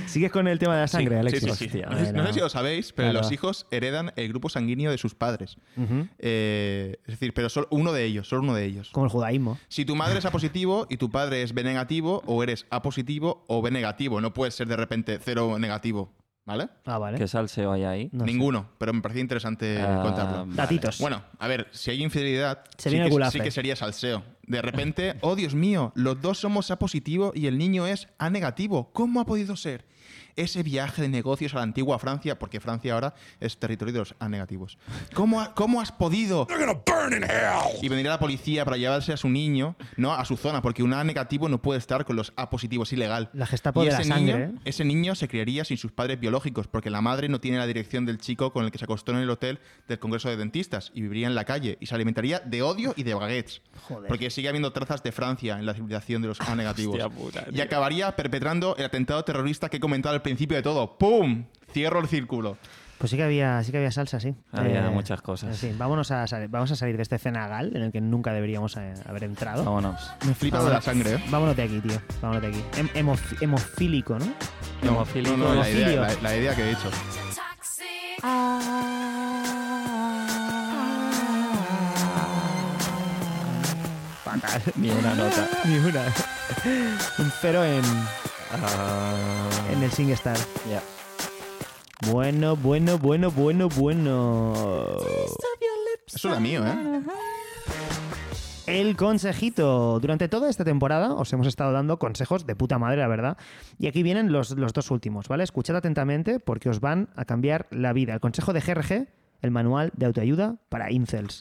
[SPEAKER 1] ¿Sigues con el tema de la sangre, Alexis?
[SPEAKER 2] Sí, sí, sí.
[SPEAKER 1] Hostia,
[SPEAKER 2] No sé- no sé
[SPEAKER 1] bueno.
[SPEAKER 2] si lo sabéis, pero
[SPEAKER 1] Claro.
[SPEAKER 2] los hijos heredan el grupo sanguíneo de sus padres.
[SPEAKER 1] Ujú.
[SPEAKER 2] Eh, es decir, pero solo uno de ellos, solo uno de ellos.
[SPEAKER 1] Como el judaísmo.
[SPEAKER 2] Si tu madre es A positivo y tu padre es B negativo, o eres A positivo o B negativo. No puedes ser de repente cero negativo, ¿vale?
[SPEAKER 1] Ah, vale.
[SPEAKER 3] ¿Qué salseo hay ahí?
[SPEAKER 1] No sé.
[SPEAKER 2] Ninguno, pero me parecía interesante
[SPEAKER 3] Ah,
[SPEAKER 2] contarlo.
[SPEAKER 3] vale.
[SPEAKER 1] Datitos.
[SPEAKER 2] Bueno, a ver, si hay infidelidad, sí,
[SPEAKER 1] Se viene el
[SPEAKER 2] que,
[SPEAKER 1] gulafe.
[SPEAKER 2] sí que sería salseo. De repente, oh Dios mío, los dos somos A positivo y el niño es A negativo. ¿Cómo ha podido ser? Ese viaje de negocios a la antigua Francia, porque Francia ahora es territorio de los A negativos. ¿Cómo, ha- cómo has podido? Y venir a la policía para llevarse a su niño, no a su zona, porque un A negativo no puede estar con los A positivos, es ilegal.
[SPEAKER 1] La Gestapo
[SPEAKER 2] Y
[SPEAKER 1] de la
[SPEAKER 2] ese
[SPEAKER 1] sangre,
[SPEAKER 2] niño-
[SPEAKER 1] ¿eh?
[SPEAKER 2] Ese niño se criaría sin sus padres biológicos, porque la madre no tiene la dirección del chico con el que se acostó en el hotel del Congreso de Dentistas y viviría en la calle y se alimentaría de odio y de baguettes.
[SPEAKER 1] Joder.
[SPEAKER 2] Porque sigue habiendo trazas de Francia en la civilización de los A negativos.
[SPEAKER 3] Hostia puta,
[SPEAKER 2] y
[SPEAKER 3] tío.
[SPEAKER 2] acabaría perpetrando el atentado terrorista que he comentado al principio de todo. ¡Pum! Cierro el círculo.
[SPEAKER 1] Pues sí que había, sí que había salsa, sí.
[SPEAKER 3] Había muchas cosas.
[SPEAKER 1] Sí, vámonos a, sali- vamos a salir de este cenagal en el que nunca deberíamos eh, haber entrado.
[SPEAKER 3] Vámonos.
[SPEAKER 1] Me
[SPEAKER 2] flipa lo de la sangre, ¿eh?
[SPEAKER 1] Vámonos de aquí, tío. Vámonos de aquí. Hem- hemof- hemofílico, ¿no?
[SPEAKER 2] No,
[SPEAKER 3] Hemofílico.
[SPEAKER 2] no, no, la, idea, la-
[SPEAKER 1] Hemofilio.
[SPEAKER 2] la idea que he hecho.
[SPEAKER 5] Toxic.
[SPEAKER 3] Ni una nota.
[SPEAKER 1] Ni una. Un cero en,
[SPEAKER 2] Ah.
[SPEAKER 1] en el SingStar.
[SPEAKER 3] Ya.
[SPEAKER 1] Bueno, bueno, bueno, bueno, bueno.
[SPEAKER 2] Eso era mío, ¿eh?
[SPEAKER 1] El consejito. Durante toda esta temporada os hemos estado dando consejos de puta madre, la verdad. Y aquí vienen los, los dos últimos, ¿vale? Escuchad atentamente porque os van a cambiar la vida. El consejo de GRG, el manual de autoayuda para incels.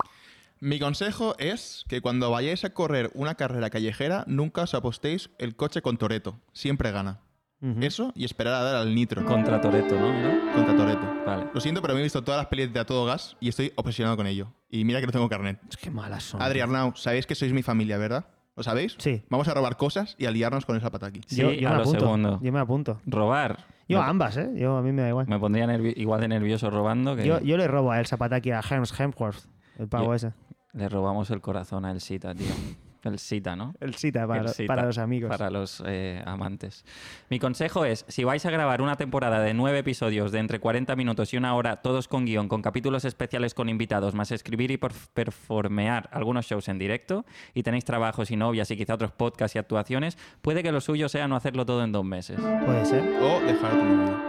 [SPEAKER 2] Mi consejo es que cuando vayáis a correr una carrera callejera, nunca os apostéis el coche con Toreto. Siempre gana.
[SPEAKER 1] Ujú.
[SPEAKER 2] Eso y esperar a dar al nitro
[SPEAKER 3] Contra Toreto, ¿no? ¿No?
[SPEAKER 2] contra Toreto.
[SPEAKER 3] Vale.
[SPEAKER 2] Lo siento, pero me he visto todas las pelis de A Todo Gas y estoy obsesionado con ello. Y mira que no tengo carnet.
[SPEAKER 1] Es que malas son.
[SPEAKER 2] Adri Arnau, sabéis que sois mi familia, ¿verdad? ¿Lo sabéis?
[SPEAKER 1] Sí.
[SPEAKER 2] Vamos a robar cosas y a liarnos con esa pataki.
[SPEAKER 3] Sí,
[SPEAKER 1] yo, yo
[SPEAKER 3] a
[SPEAKER 1] me
[SPEAKER 3] lo
[SPEAKER 1] apunto.
[SPEAKER 3] segundo.
[SPEAKER 1] Yo me apunto.
[SPEAKER 3] Robar.
[SPEAKER 1] Yo
[SPEAKER 3] Me-
[SPEAKER 1] ambas, ¿eh? Yo a mí me da igual.
[SPEAKER 3] Me pondría nervi- igual de nervioso robando que
[SPEAKER 1] Yo, yo le robo a el zapataki a Hermes Hemsworth, el pavo
[SPEAKER 3] Yo-
[SPEAKER 1] ese.
[SPEAKER 3] le robamos el corazón a Elsita, tío. El SITA, ¿no?
[SPEAKER 1] El cita para,
[SPEAKER 3] El
[SPEAKER 1] lo-
[SPEAKER 3] SITA,
[SPEAKER 1] para los amigos.
[SPEAKER 3] Para los eh, amantes. Mi consejo es, si vais a grabar una temporada de nueve episodios de entre 40 minutos y una hora, todos con guión, con capítulos especiales con invitados, más escribir y perf- performear algunos shows en directo, y tenéis trabajos y novias y quizá otros podcasts y actuaciones, puede que lo suyo sea no hacerlo todo en dos meses.
[SPEAKER 1] Puede ser.
[SPEAKER 2] O dejar a tu novia.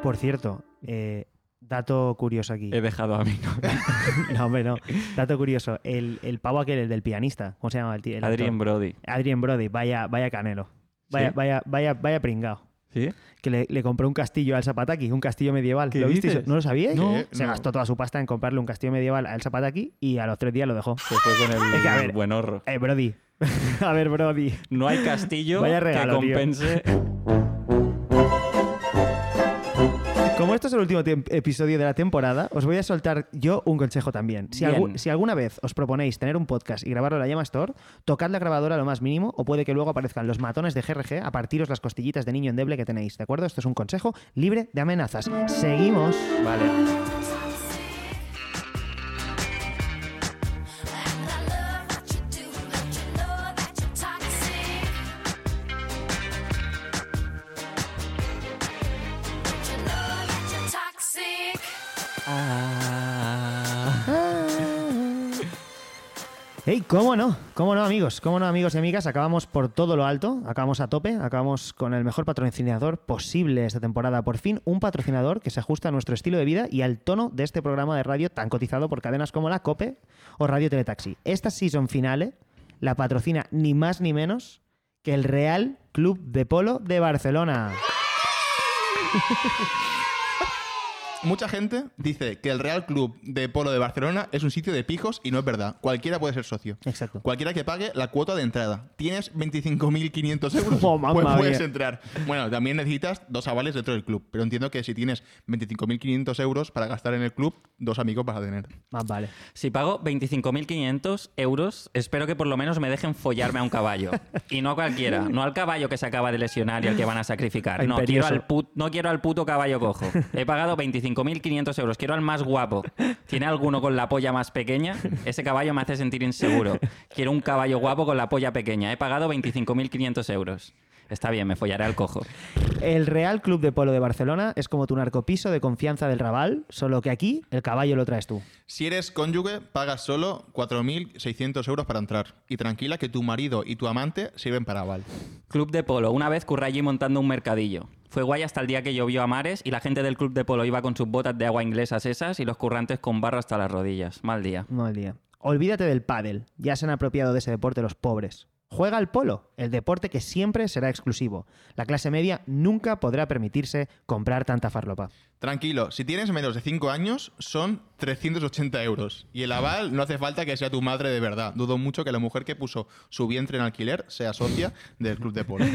[SPEAKER 1] Por cierto, eh, dato curioso aquí.
[SPEAKER 3] He dejado a mí,
[SPEAKER 1] No, hombre, no. Dato curioso. El, el pavo aquel, el del pianista. ¿Cómo se llama el tío? El
[SPEAKER 3] Adrien
[SPEAKER 1] actor?
[SPEAKER 3] Brody.
[SPEAKER 1] Adrien Brody. Vaya, vaya canelo. Vaya,
[SPEAKER 3] ¿Sí?
[SPEAKER 1] vaya, vaya, vaya pringao.
[SPEAKER 3] ¿Sí?
[SPEAKER 1] Que le, le compró un castillo al Zapataki, un castillo medieval.
[SPEAKER 3] ¿Qué
[SPEAKER 1] ¿Lo visteis?
[SPEAKER 3] dices?
[SPEAKER 1] ¿No lo sabíais? Eh,
[SPEAKER 2] No.
[SPEAKER 1] Se
[SPEAKER 2] No.
[SPEAKER 1] gastó toda su pasta en comprarle un castillo medieval al Zapataki y a los tres días lo dejó.
[SPEAKER 3] Se fue con el,
[SPEAKER 1] Es que, a ver,
[SPEAKER 3] buen horro.
[SPEAKER 1] Eh, Brody. a ver, Brody.
[SPEAKER 3] No hay castillo
[SPEAKER 1] Vaya regalo,
[SPEAKER 3] que
[SPEAKER 1] tío.
[SPEAKER 3] compense.
[SPEAKER 1] Como esto es el último tiemp- episodio de la temporada, os voy a soltar yo un consejo también. Si,
[SPEAKER 3] Bien.
[SPEAKER 1] algu- si alguna vez os proponéis tener un podcast y grabarlo en la Llama Store, tocad la grabadora lo más mínimo o puede que luego aparezcan los matones de GRG a partiros las costillitas de niño endeble que tenéis, ¿de acuerdo? Esto es un consejo libre de amenazas. Seguimos.
[SPEAKER 3] Vale.
[SPEAKER 1] Ah. ¡Ey, cómo no! ¿Cómo no, amigos? ¿Cómo no, amigos y amigas? Acabamos por todo lo alto, acabamos a tope, acabamos con el mejor patrocinador posible esta temporada. Por fin, un patrocinador que se ajusta a nuestro estilo de vida y al tono de este programa de radio tan cotizado por cadenas como la COPE o Radio Teletaxi. Esta season finale la patrocina ni más ni menos que el Real Club de Polo de Barcelona.
[SPEAKER 2] Mucha gente dice que el Real Club de Polo de Barcelona es un sitio de pijos y no es verdad. Cualquiera puede ser socio.
[SPEAKER 1] Exacto.
[SPEAKER 2] Cualquiera que pague la cuota de entrada. Tienes 25.500 euros,
[SPEAKER 1] Oh, mamma
[SPEAKER 2] pues puedes
[SPEAKER 1] mía.
[SPEAKER 2] entrar. Bueno, también necesitas dos avales dentro del club. Pero entiendo que si tienes 25.500 euros para gastar en el club, dos amigos vas a tener.
[SPEAKER 1] Más vale.
[SPEAKER 3] Si pago 25.500 euros, espero que por lo menos me dejen follarme a un caballo. Y no a cualquiera, no al caballo que se acaba de lesionar y al que van a sacrificar.
[SPEAKER 1] Ay,
[SPEAKER 3] No quiero,
[SPEAKER 1] imperioso.
[SPEAKER 3] al put- no quiero al puto caballo cojo. He pagado 25.500 euros, quiero al más guapo. ¿Tiene alguno con la polla más pequeña? Ese caballo me hace sentir inseguro. Quiero un caballo guapo con la polla pequeña. He pagado 25.500 euros. Está bien, me follaré al cojo.
[SPEAKER 1] El Real Club de Polo de Barcelona es como tu narcopiso de confianza del Raval, solo que aquí el caballo lo traes tú.
[SPEAKER 2] Si eres cónyuge, pagas solo 4.600 euros para entrar. Y tranquila que tu marido y tu amante sirven para aval.
[SPEAKER 3] Club de polo. Una vez curré allí montando un mercadillo. Fue guay hasta el día que llovió a mares y la gente del club de polo iba con sus botas de agua inglesas esas y los currantes con barro hasta las rodillas. Mal día.
[SPEAKER 1] Mal día. Olvídate del pádel. Ya se han apropiado de ese deporte los pobres. Juega al polo, el deporte que siempre será exclusivo. La clase media nunca podrá permitirse comprar tanta farlopa.
[SPEAKER 2] Tranquilo, si tienes menos de 5 años, son 380 euros. Y el aval no hace falta que sea tu madre de verdad. Dudo mucho que la mujer que puso su vientre en alquiler sea socia del club de polo.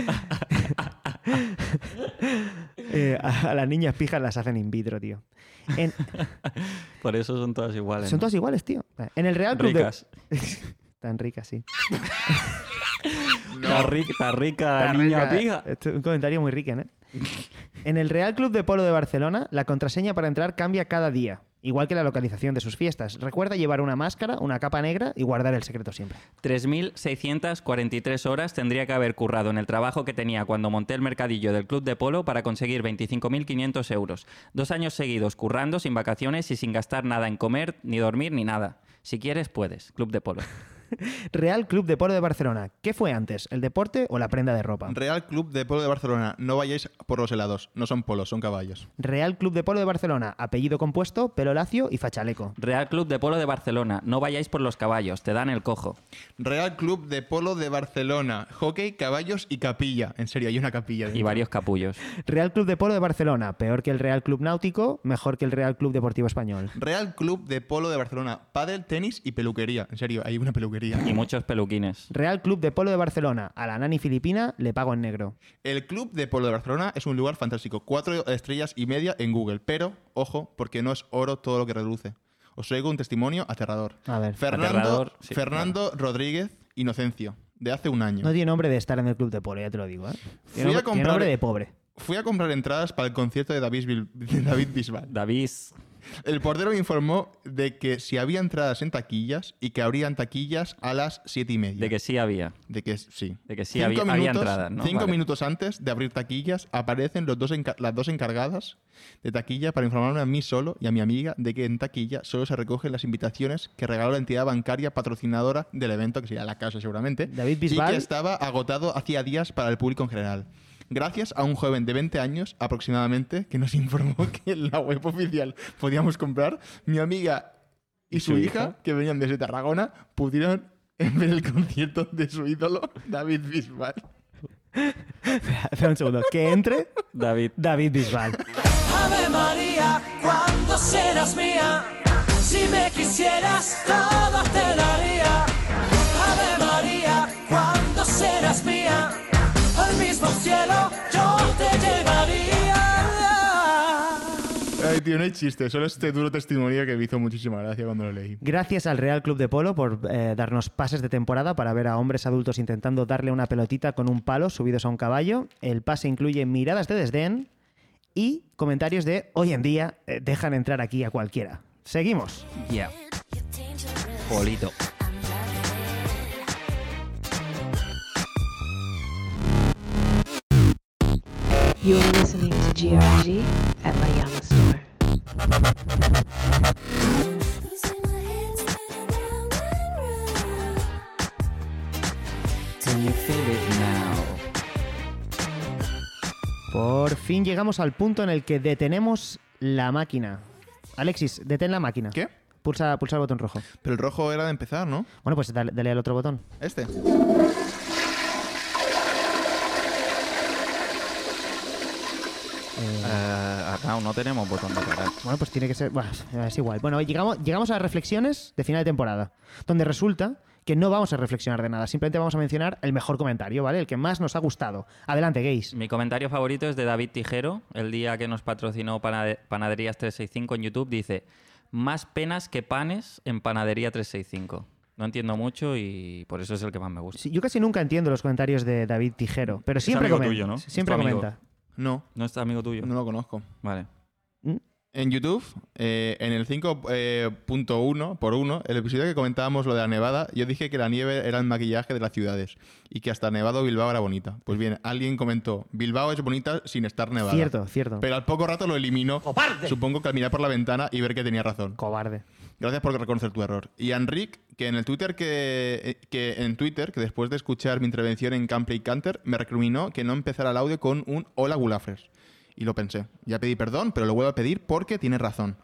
[SPEAKER 1] Eh, a, a las niñas pijas las hacen in vitro, tío. En-
[SPEAKER 3] Por eso son todas iguales.
[SPEAKER 1] son todas iguales, tío. En el Real Club de-
[SPEAKER 3] ricas.
[SPEAKER 1] Tan ricas, sí.
[SPEAKER 3] La, rica, la rica
[SPEAKER 1] Tan
[SPEAKER 3] niña
[SPEAKER 1] rica.
[SPEAKER 3] pija.
[SPEAKER 1] Esto es un comentario muy rico, ¿eh? En el Real Club de Polo de Barcelona, la contraseña para entrar cambia cada día, igual que la localización de sus fiestas. Recuerda llevar una máscara, una capa negra y guardar el secreto siempre.
[SPEAKER 3] 3.643 horas tendría que haber currado en el trabajo que tenía cuando monté el mercadillo del club de polo para conseguir 25.500 euros. Dos años seguidos currando, sin vacaciones y sin gastar nada en comer, ni dormir, ni nada. Si quieres, puedes. Club de polo.
[SPEAKER 1] Real Club de Polo de Barcelona, ¿qué fue antes, el deporte o la prenda de ropa?
[SPEAKER 2] Real Club de Polo de Barcelona, no vayáis por los helados, no son polos, son caballos.
[SPEAKER 1] Real Club de Polo de Barcelona, apellido compuesto, pelo lacio y fachaleco.
[SPEAKER 3] Real Club de Polo de Barcelona. No vayáis por los caballos, te dan el cojo.
[SPEAKER 2] Real Club de Polo de Barcelona, hockey, caballos y capilla. En serio, hay una capilla.
[SPEAKER 3] Y varios capullos.
[SPEAKER 1] Real Club de Polo de Barcelona, peor que el Real Club Náutico, mejor que el Real Club Deportivo Español.
[SPEAKER 2] Real Club de Polo de Barcelona, pádel, tenis y peluquería. En serio, hay una peluquería.
[SPEAKER 3] Y muchos peluquines.
[SPEAKER 1] Real Club de Polo de Barcelona, a la nani filipina le pago en negro.
[SPEAKER 2] El Club de Polo de Barcelona es un lugar fantástico. Cuatro estrellas y media en Google. Pero, ojo, porque no es oro todo lo que reluce. Os traigo un testimonio aterrador.
[SPEAKER 1] A ver.
[SPEAKER 2] Fernando,
[SPEAKER 3] Aterrador, sí,
[SPEAKER 2] Fernando Rodríguez Inocencio, de hace un año.
[SPEAKER 1] No tiene nombre de estar en el club de polo, ya te lo digo. ¿eh?
[SPEAKER 2] Fui a
[SPEAKER 1] Tiene, nombre, tiene
[SPEAKER 2] comprar-
[SPEAKER 1] nombre de pobre.
[SPEAKER 2] Fui a comprar entradas para el concierto de David, Bil- de David Bisbal.
[SPEAKER 3] David.
[SPEAKER 2] El portero me informó de que si había entradas en taquillas y que abrían taquillas a las siete y media.
[SPEAKER 3] De que sí había.
[SPEAKER 2] De que sí.
[SPEAKER 3] de que sí había- había entradas, ¿no?
[SPEAKER 2] Cinco
[SPEAKER 3] Vale.
[SPEAKER 2] minutos antes de abrir taquillas aparecen los dos enca- las dos encargadas de taquilla para informarme a mí solo y a mi amiga de que en taquilla solo se recogen las invitaciones que regaló la entidad bancaria patrocinadora del evento, que sería la casa seguramente.
[SPEAKER 1] David Bisbal.
[SPEAKER 2] Y que estaba agotado hacía días para el público en general. Gracias a un joven de 20 años aproximadamente que nos informó que en la web oficial podíamos comprar, mi amiga y su, hija, que venían desde Tarragona, pudieron ver el concierto de su ídolo, David Bisbal.
[SPEAKER 1] Espera un segundo. Que entre
[SPEAKER 3] David.
[SPEAKER 1] David Bisbal.
[SPEAKER 4] Ave María, cuando serás mía, si me quisieras todo te daría. Ave María, cuando serás mía, al mismo cielo yo te llevaría.
[SPEAKER 2] Ay, tío, no hay chiste, solo este duro testimonio que me hizo muchísima gracia cuando lo leí.
[SPEAKER 1] Gracias al Real Club de Polo por eh, darnos pases de temporada para ver a hombres adultos intentando darle una pelotita con un palo subidos a un caballo. El pase incluye miradas de desdén y comentarios de hoy en día eh, dejan entrar aquí a cualquiera. Seguimos.
[SPEAKER 3] Ya.
[SPEAKER 5] You're dangerous.
[SPEAKER 3] Polito.
[SPEAKER 5] I'm loving it.
[SPEAKER 9] You're listening to GRG at La Llama Store.
[SPEAKER 5] Losing my head, spinning round and round.
[SPEAKER 1] Por fin llegamos al punto en el que detenemos la máquina. Alexis, detén la máquina.
[SPEAKER 2] ¿Qué?
[SPEAKER 1] Pulsa, pulsa el botón rojo.
[SPEAKER 2] Pero el rojo era de empezar, ¿no?
[SPEAKER 1] Bueno, pues dale, dale al otro botón.
[SPEAKER 2] Este.
[SPEAKER 3] Eh, acá no tenemos botón de parar.
[SPEAKER 1] Bueno, pues tiene que ser. Bueno, es igual. Bueno, llegamos, llegamos a las reflexiones de final de temporada, donde resulta que no vamos a reflexionar de nada, simplemente vamos a mencionar el mejor comentario, ¿vale? El que más nos ha gustado. Adelante, gays.
[SPEAKER 3] Mi comentario favorito es de David Tijero, el día que nos patrocinó Panade- Panaderías 365 en YouTube. Dice: Más penas que panes en Panadería 365. No entiendo mucho y por eso es el que más me gusta.
[SPEAKER 1] Sí, Yo casi nunca entiendo los comentarios de David Tijero, pero siempre
[SPEAKER 3] amigo
[SPEAKER 1] comenta.
[SPEAKER 3] tuyo, ¿no?
[SPEAKER 1] Siempre
[SPEAKER 3] Es tu amigo.
[SPEAKER 1] comenta.
[SPEAKER 2] No,
[SPEAKER 3] ¿No es amigo tuyo?
[SPEAKER 2] no lo conozco.
[SPEAKER 3] Vale.
[SPEAKER 2] En YouTube, eh, en el 5.1 por 1, el episodio que comentábamos lo de la nevada, yo dije que la nieve era el maquillaje de las ciudades y que hasta nevado Bilbao era bonita. Pues bien, alguien comentó, Bilbao es bonita sin estar nevada.
[SPEAKER 1] Cierto, cierto.
[SPEAKER 2] Pero al poco rato lo eliminó. Supongo que al mirar por la ventana y ver que tenía razón.
[SPEAKER 1] Cobarde.
[SPEAKER 2] Gracias por reconocer tu error. Y a Enric, que en el Twitter que, eh, que en Twitter, que después de escuchar mi intervención en Camp Play Canter, me recriminó que no empezara el audio con un hola gulafres. Y lo pensé. Ya pedí perdón, pero lo vuelvo a pedir porque tiene razón.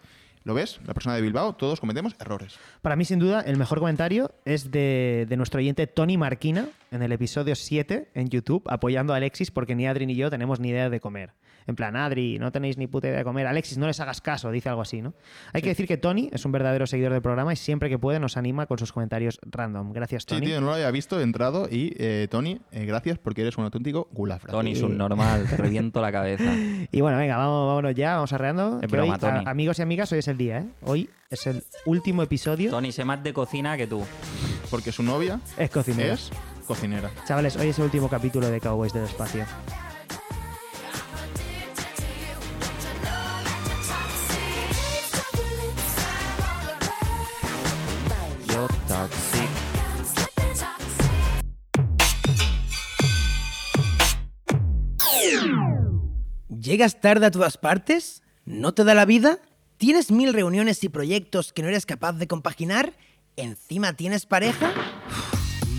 [SPEAKER 2] ¿Lo ves? La persona de Bilbao, todos cometemos errores.
[SPEAKER 1] Para mí, sin duda, el mejor comentario es de, de nuestro oyente Tony Marquina en el episodio 7 en YouTube, apoyando a Alexis porque ni Adri ni yo tenemos ni idea de comer. En plan, Adri, no tenéis ni puta idea de comer. Alexis, no les hagas caso, dice algo así, ¿no? Hay que decir que Tony es un verdadero seguidor del programa y siempre que puede nos anima con sus comentarios random. Gracias,
[SPEAKER 2] Sí,
[SPEAKER 1] Tony.
[SPEAKER 2] tío, no lo había visto, he entrado y, eh, Tony, eh, gracias porque eres un auténtico gulafra.
[SPEAKER 3] Tony es un normal, te reviento la cabeza.
[SPEAKER 1] y bueno, venga, vamos, vámonos ya, vamos arreando.
[SPEAKER 3] Es
[SPEAKER 1] que hoy,
[SPEAKER 3] broma, Tony.
[SPEAKER 1] a- amigos y amigas, hoy es el día, ¿eh? Hoy es el último episodio.
[SPEAKER 3] Tony sé más de cocina que tú.
[SPEAKER 2] Porque su novia
[SPEAKER 1] Es cocinero.
[SPEAKER 2] es cocinera.
[SPEAKER 1] Chavales, hoy es el último capítulo de Cowboys del Espacio.
[SPEAKER 3] Yo taxi.
[SPEAKER 4] ¿Llegas tarde a todas partes? ¿No te da la vida? ¿Tienes mil reuniones y proyectos que no eres capaz de compaginar? ¿Encima tienes pareja?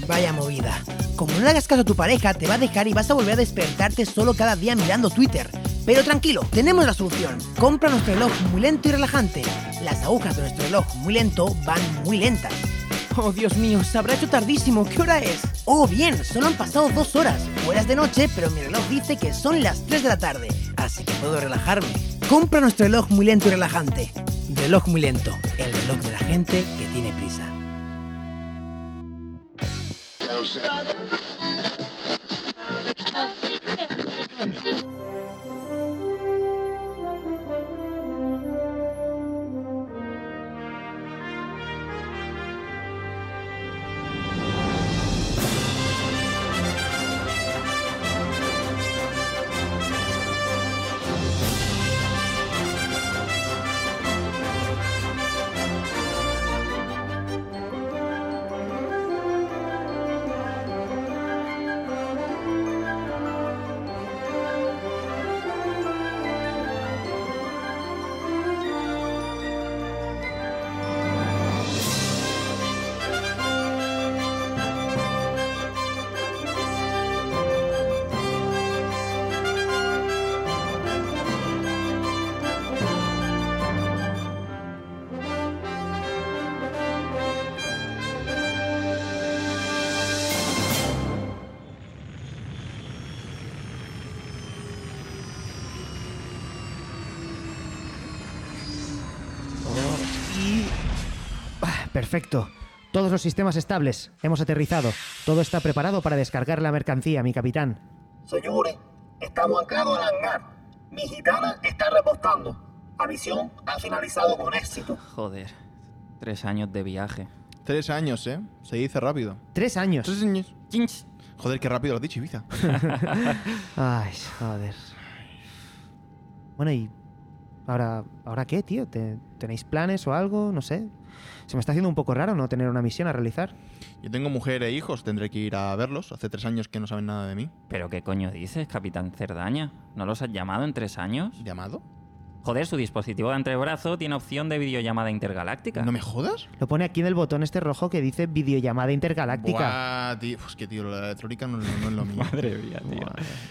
[SPEAKER 4] Vaya movida. Como no le hagas caso a tu pareja, te va a dejar y vas a volver a despertarte solo cada día mirando Twitter. Pero tranquilo, tenemos la solución. Compra nuestro reloj muy lento y relajante. Las agujas de nuestro reloj muy lento van muy lentas. Oh, Dios mío, se habrá hecho tardísimo. ¿Qué hora es? Oh, bien, solo han pasado dos horas. Horas de noche, pero mi reloj dice que son las 3 de la tarde. Así que puedo relajarme. Compra nuestro reloj muy lento y relajante. Reloj muy lento. El reloj de la gente que tiene prisa.
[SPEAKER 1] Perfecto. Todos los sistemas estables. Hemos aterrizado. Todo está preparado para descargar la mercancía, mi capitán.
[SPEAKER 11] Señores, estamos anclados al hangar. Mi gitana está repostando. La misión ha finalizado con éxito.
[SPEAKER 3] Joder. Tres años de viaje.
[SPEAKER 2] Tres años, ¿eh? Se dice rápido.
[SPEAKER 1] Tres años.
[SPEAKER 2] Tres años. Joder, qué rápido lo has dicho, Ibiza.
[SPEAKER 1] Ay, joder. Bueno, ¿y ahora, ahora qué, tío? ¿Te- ¿Tenéis planes o algo? No sé. Se me está haciendo un poco raro no tener una misión a realizar.
[SPEAKER 2] Yo tengo mujer e hijos, tendré que ir a verlos. Hace tres años que no saben nada de mí.
[SPEAKER 3] ¿Pero qué coño dices, Capitán Cerdaña? ¿No los has llamado en tres años?
[SPEAKER 2] ¿Llamado?
[SPEAKER 3] Joder, su dispositivo de antebrazo tiene opción de videollamada intergaláctica.
[SPEAKER 2] ¿No me jodas?
[SPEAKER 1] Lo pone aquí en el botón este rojo que dice videollamada intergaláctica.
[SPEAKER 2] Buah, tío. Pues que, tío, la electrónica no, no es lo mío.
[SPEAKER 3] Madre mía, tío.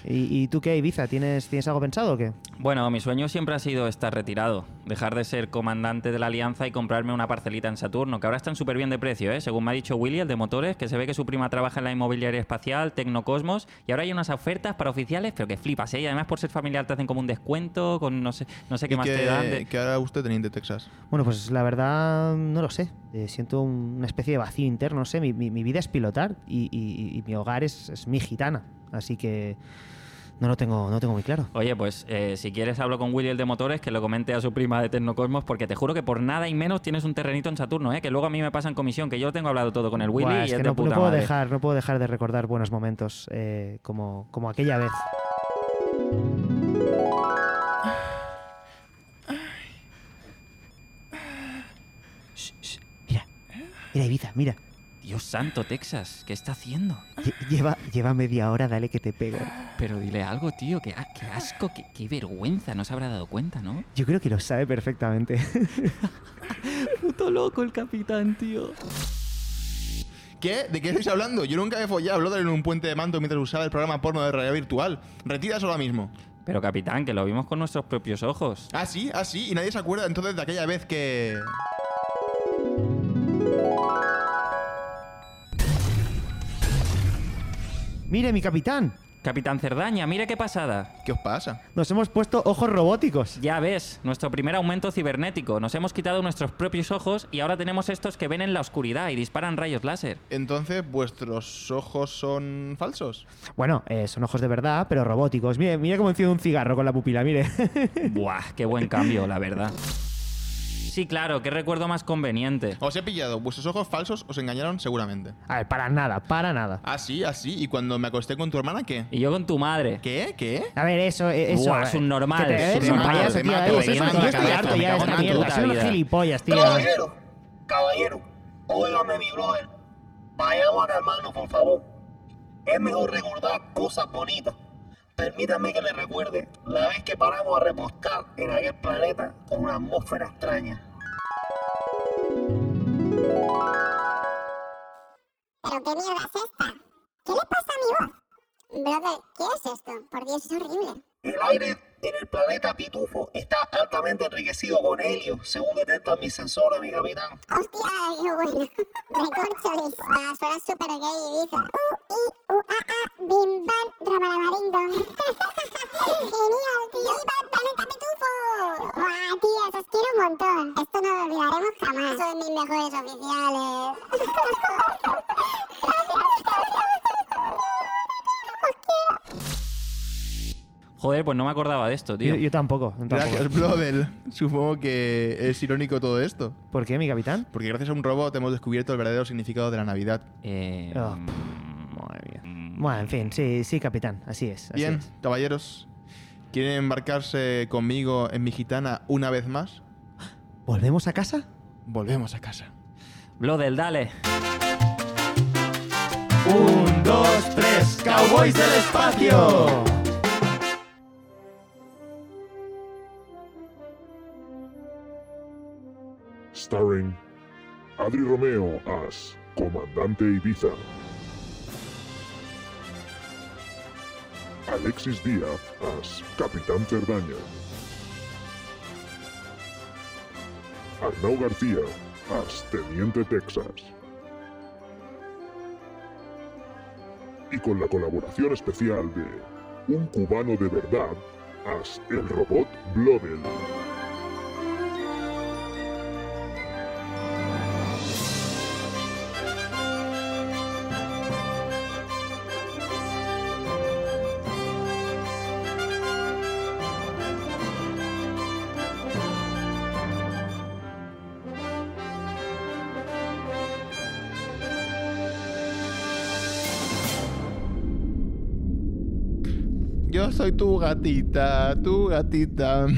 [SPEAKER 1] ¿Y, y tú qué, Ibiza? ¿Tienes, ¿Tienes algo pensado o qué?
[SPEAKER 3] Bueno, mi sueño siempre ha sido estar retirado, dejar de ser comandante de la Alianza y comprarme una parcelita en Saturno, que ahora están súper bien de precio, ¿eh? Según me ha dicho Willy, el de motores, que se ve que su prima trabaja en la inmobiliaria espacial, Tecnocosmos, y ahora hay unas ofertas para oficiales, pero que flipas, ¿eh? Y además por ser familiar te hacen como un descuento, con no sé, no sé qué
[SPEAKER 2] ¿Y
[SPEAKER 3] más
[SPEAKER 2] qué-
[SPEAKER 3] te dan. de-
[SPEAKER 2] qué hará usted teniente de Texas?
[SPEAKER 1] Bueno, pues la verdad no lo sé. Eh, siento un- una especie de vacío interno, no sé. Mi, mi- mi vida es pilotar y, y- y mi hogar es, es mi gitana. Así que no lo tengo, no lo tengo muy claro.
[SPEAKER 3] Oye, pues eh, si quieres hablo con Willy el de motores, que lo comente a su prima de Tecnocosmos, porque te juro que por nada y menos tienes un terrenito en Saturno, ¿eh? Que luego a mí me pasan comisión, que yo lo tengo hablado todo con el Willy y
[SPEAKER 1] Buah, es
[SPEAKER 3] es
[SPEAKER 1] que
[SPEAKER 3] de
[SPEAKER 1] no, no
[SPEAKER 3] puta
[SPEAKER 1] puedo
[SPEAKER 3] madre.
[SPEAKER 1] dejar, no puedo dejar de recordar buenos momentos eh, como, como aquella vez. Shh, shh, Mira, mira Ibiza, mira.
[SPEAKER 3] Dios santo, Texas, ¿qué está haciendo?
[SPEAKER 1] Lle- Lleva, lleva media hora, dale que te pego.
[SPEAKER 3] Pero dile algo, tío, que, ah, qué asco, qué, qué vergüenza, no se habrá dado cuenta, ¿no?
[SPEAKER 1] Yo creo que lo sabe perfectamente.
[SPEAKER 3] Puto loco el capitán, tío.
[SPEAKER 2] ¿Qué? ¿De qué estáis hablando? Yo nunca me he follado a Bloodline en un puente de manto mientras usaba el programa porno de realidad virtual. Retiras ahora mismo.
[SPEAKER 3] Pero capitán, que lo vimos con nuestros propios ojos.
[SPEAKER 2] Ah, sí, ah, sí. Y nadie se acuerda entonces de aquella vez que...
[SPEAKER 1] Mire, mi capitán.
[SPEAKER 3] Capitán Cerdaña, mira qué pasada.
[SPEAKER 2] ¿Qué os pasa?
[SPEAKER 1] Nos hemos puesto ojos robóticos.
[SPEAKER 3] Ya ves, nuestro primer aumento cibernético. Nos hemos quitado nuestros propios ojos y ahora tenemos estos que ven en la oscuridad y disparan rayos láser.
[SPEAKER 2] Entonces, ¿vuestros ojos son falsos?
[SPEAKER 1] Bueno, eh, son ojos de verdad, pero robóticos. Mire, mire cómo enciende un cigarro con la pupila, mire.
[SPEAKER 3] Buah, qué buen cambio, la verdad. Sí, claro, qué recuerdo más conveniente.
[SPEAKER 2] Os he pillado. Vuestros ojos falsos os engañaron seguramente.
[SPEAKER 1] A ver, para nada, para nada.
[SPEAKER 2] Ah, sí, ah, sí. ¿Y cuando me acosté con tu hermana, qué?
[SPEAKER 3] Y yo con tu madre.
[SPEAKER 2] ¿Qué? ¿Qué?
[SPEAKER 1] A ver, eso, eh, eso.
[SPEAKER 3] Buah,
[SPEAKER 1] eh,
[SPEAKER 3] es un normal,
[SPEAKER 1] que te-
[SPEAKER 3] es
[SPEAKER 1] eres
[SPEAKER 3] un
[SPEAKER 1] un
[SPEAKER 3] normal,
[SPEAKER 1] payaso,
[SPEAKER 2] te
[SPEAKER 1] tío.
[SPEAKER 2] mato,
[SPEAKER 1] eres
[SPEAKER 2] te
[SPEAKER 1] un-
[SPEAKER 2] mato,
[SPEAKER 1] Yo
[SPEAKER 2] te
[SPEAKER 1] estoy
[SPEAKER 2] mato,
[SPEAKER 1] harto
[SPEAKER 2] me
[SPEAKER 1] ya de
[SPEAKER 2] cago en
[SPEAKER 1] esta
[SPEAKER 2] tu
[SPEAKER 1] mierda.
[SPEAKER 2] puta
[SPEAKER 1] Son unos
[SPEAKER 3] vida.
[SPEAKER 1] gilipollas, tío.
[SPEAKER 11] Caballero, caballero, óigame mi brother. Vayamos a calmarnos, por favor. Es mejor recordar cosas bonitas. Permítame que le recuerde la vez que paramos a repostar en aquel planeta con una atmósfera extraña.
[SPEAKER 12] ¿Pero qué mierda es esta? ¿Qué le pasa a mi voz? Brother, ¿qué es esto? Por Dios, es horrible.
[SPEAKER 11] El aire en el planeta Pitufo está altamente enriquecido con helio, según detectan mis sensores, mi capitán.
[SPEAKER 12] Hostia, yo bueno. Recorcholis. Ah, suena súper gay y dice. U, i, u, a, a, bim, bam, ramalamaringo. Genial, tío. ¡Viva el planeta pitufo! Guau, tío, os quiero un montón. Esto no lo olvidaremos jamás. Son mis mejores oficiales.
[SPEAKER 3] Joder, pues no me acordaba de esto, tío.
[SPEAKER 1] Yo, yo tampoco, yo tampoco.
[SPEAKER 2] Gracias, Bloodel. Supongo que es irónico todo esto.
[SPEAKER 1] ¿Por qué, mi capitán?
[SPEAKER 2] Porque gracias a un robot hemos descubierto el verdadero significado de la Navidad.
[SPEAKER 3] Eh,
[SPEAKER 2] Ah.
[SPEAKER 1] Oh,
[SPEAKER 3] mm,
[SPEAKER 1] madre mía. Bueno, en fin, sí, sí, capitán. Así es. así
[SPEAKER 2] Bien,
[SPEAKER 1] es.
[SPEAKER 2] caballeros. ¿Quieren embarcarse conmigo en mi gitana una vez más?
[SPEAKER 1] ¿Volvemos a casa?
[SPEAKER 2] Volvemos a casa.
[SPEAKER 3] Blodel, dale.
[SPEAKER 2] Un, dos, tres, cowboys del espacio.
[SPEAKER 13] starring Adri Romeo as Comandante Ibiza, Alexis Díaz as Capitán Cerdaña, Arnau García as Teniente Texas, y con la colaboración especial de Un cubano de verdad as el robot Blobel.
[SPEAKER 2] Yo soy tu gatita, tu gatita.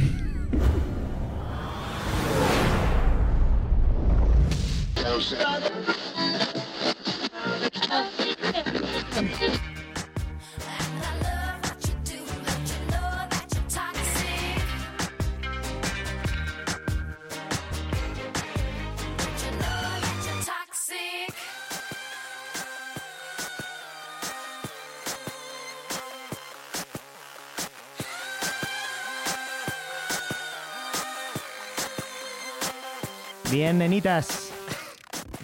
[SPEAKER 1] Bien, nenitas.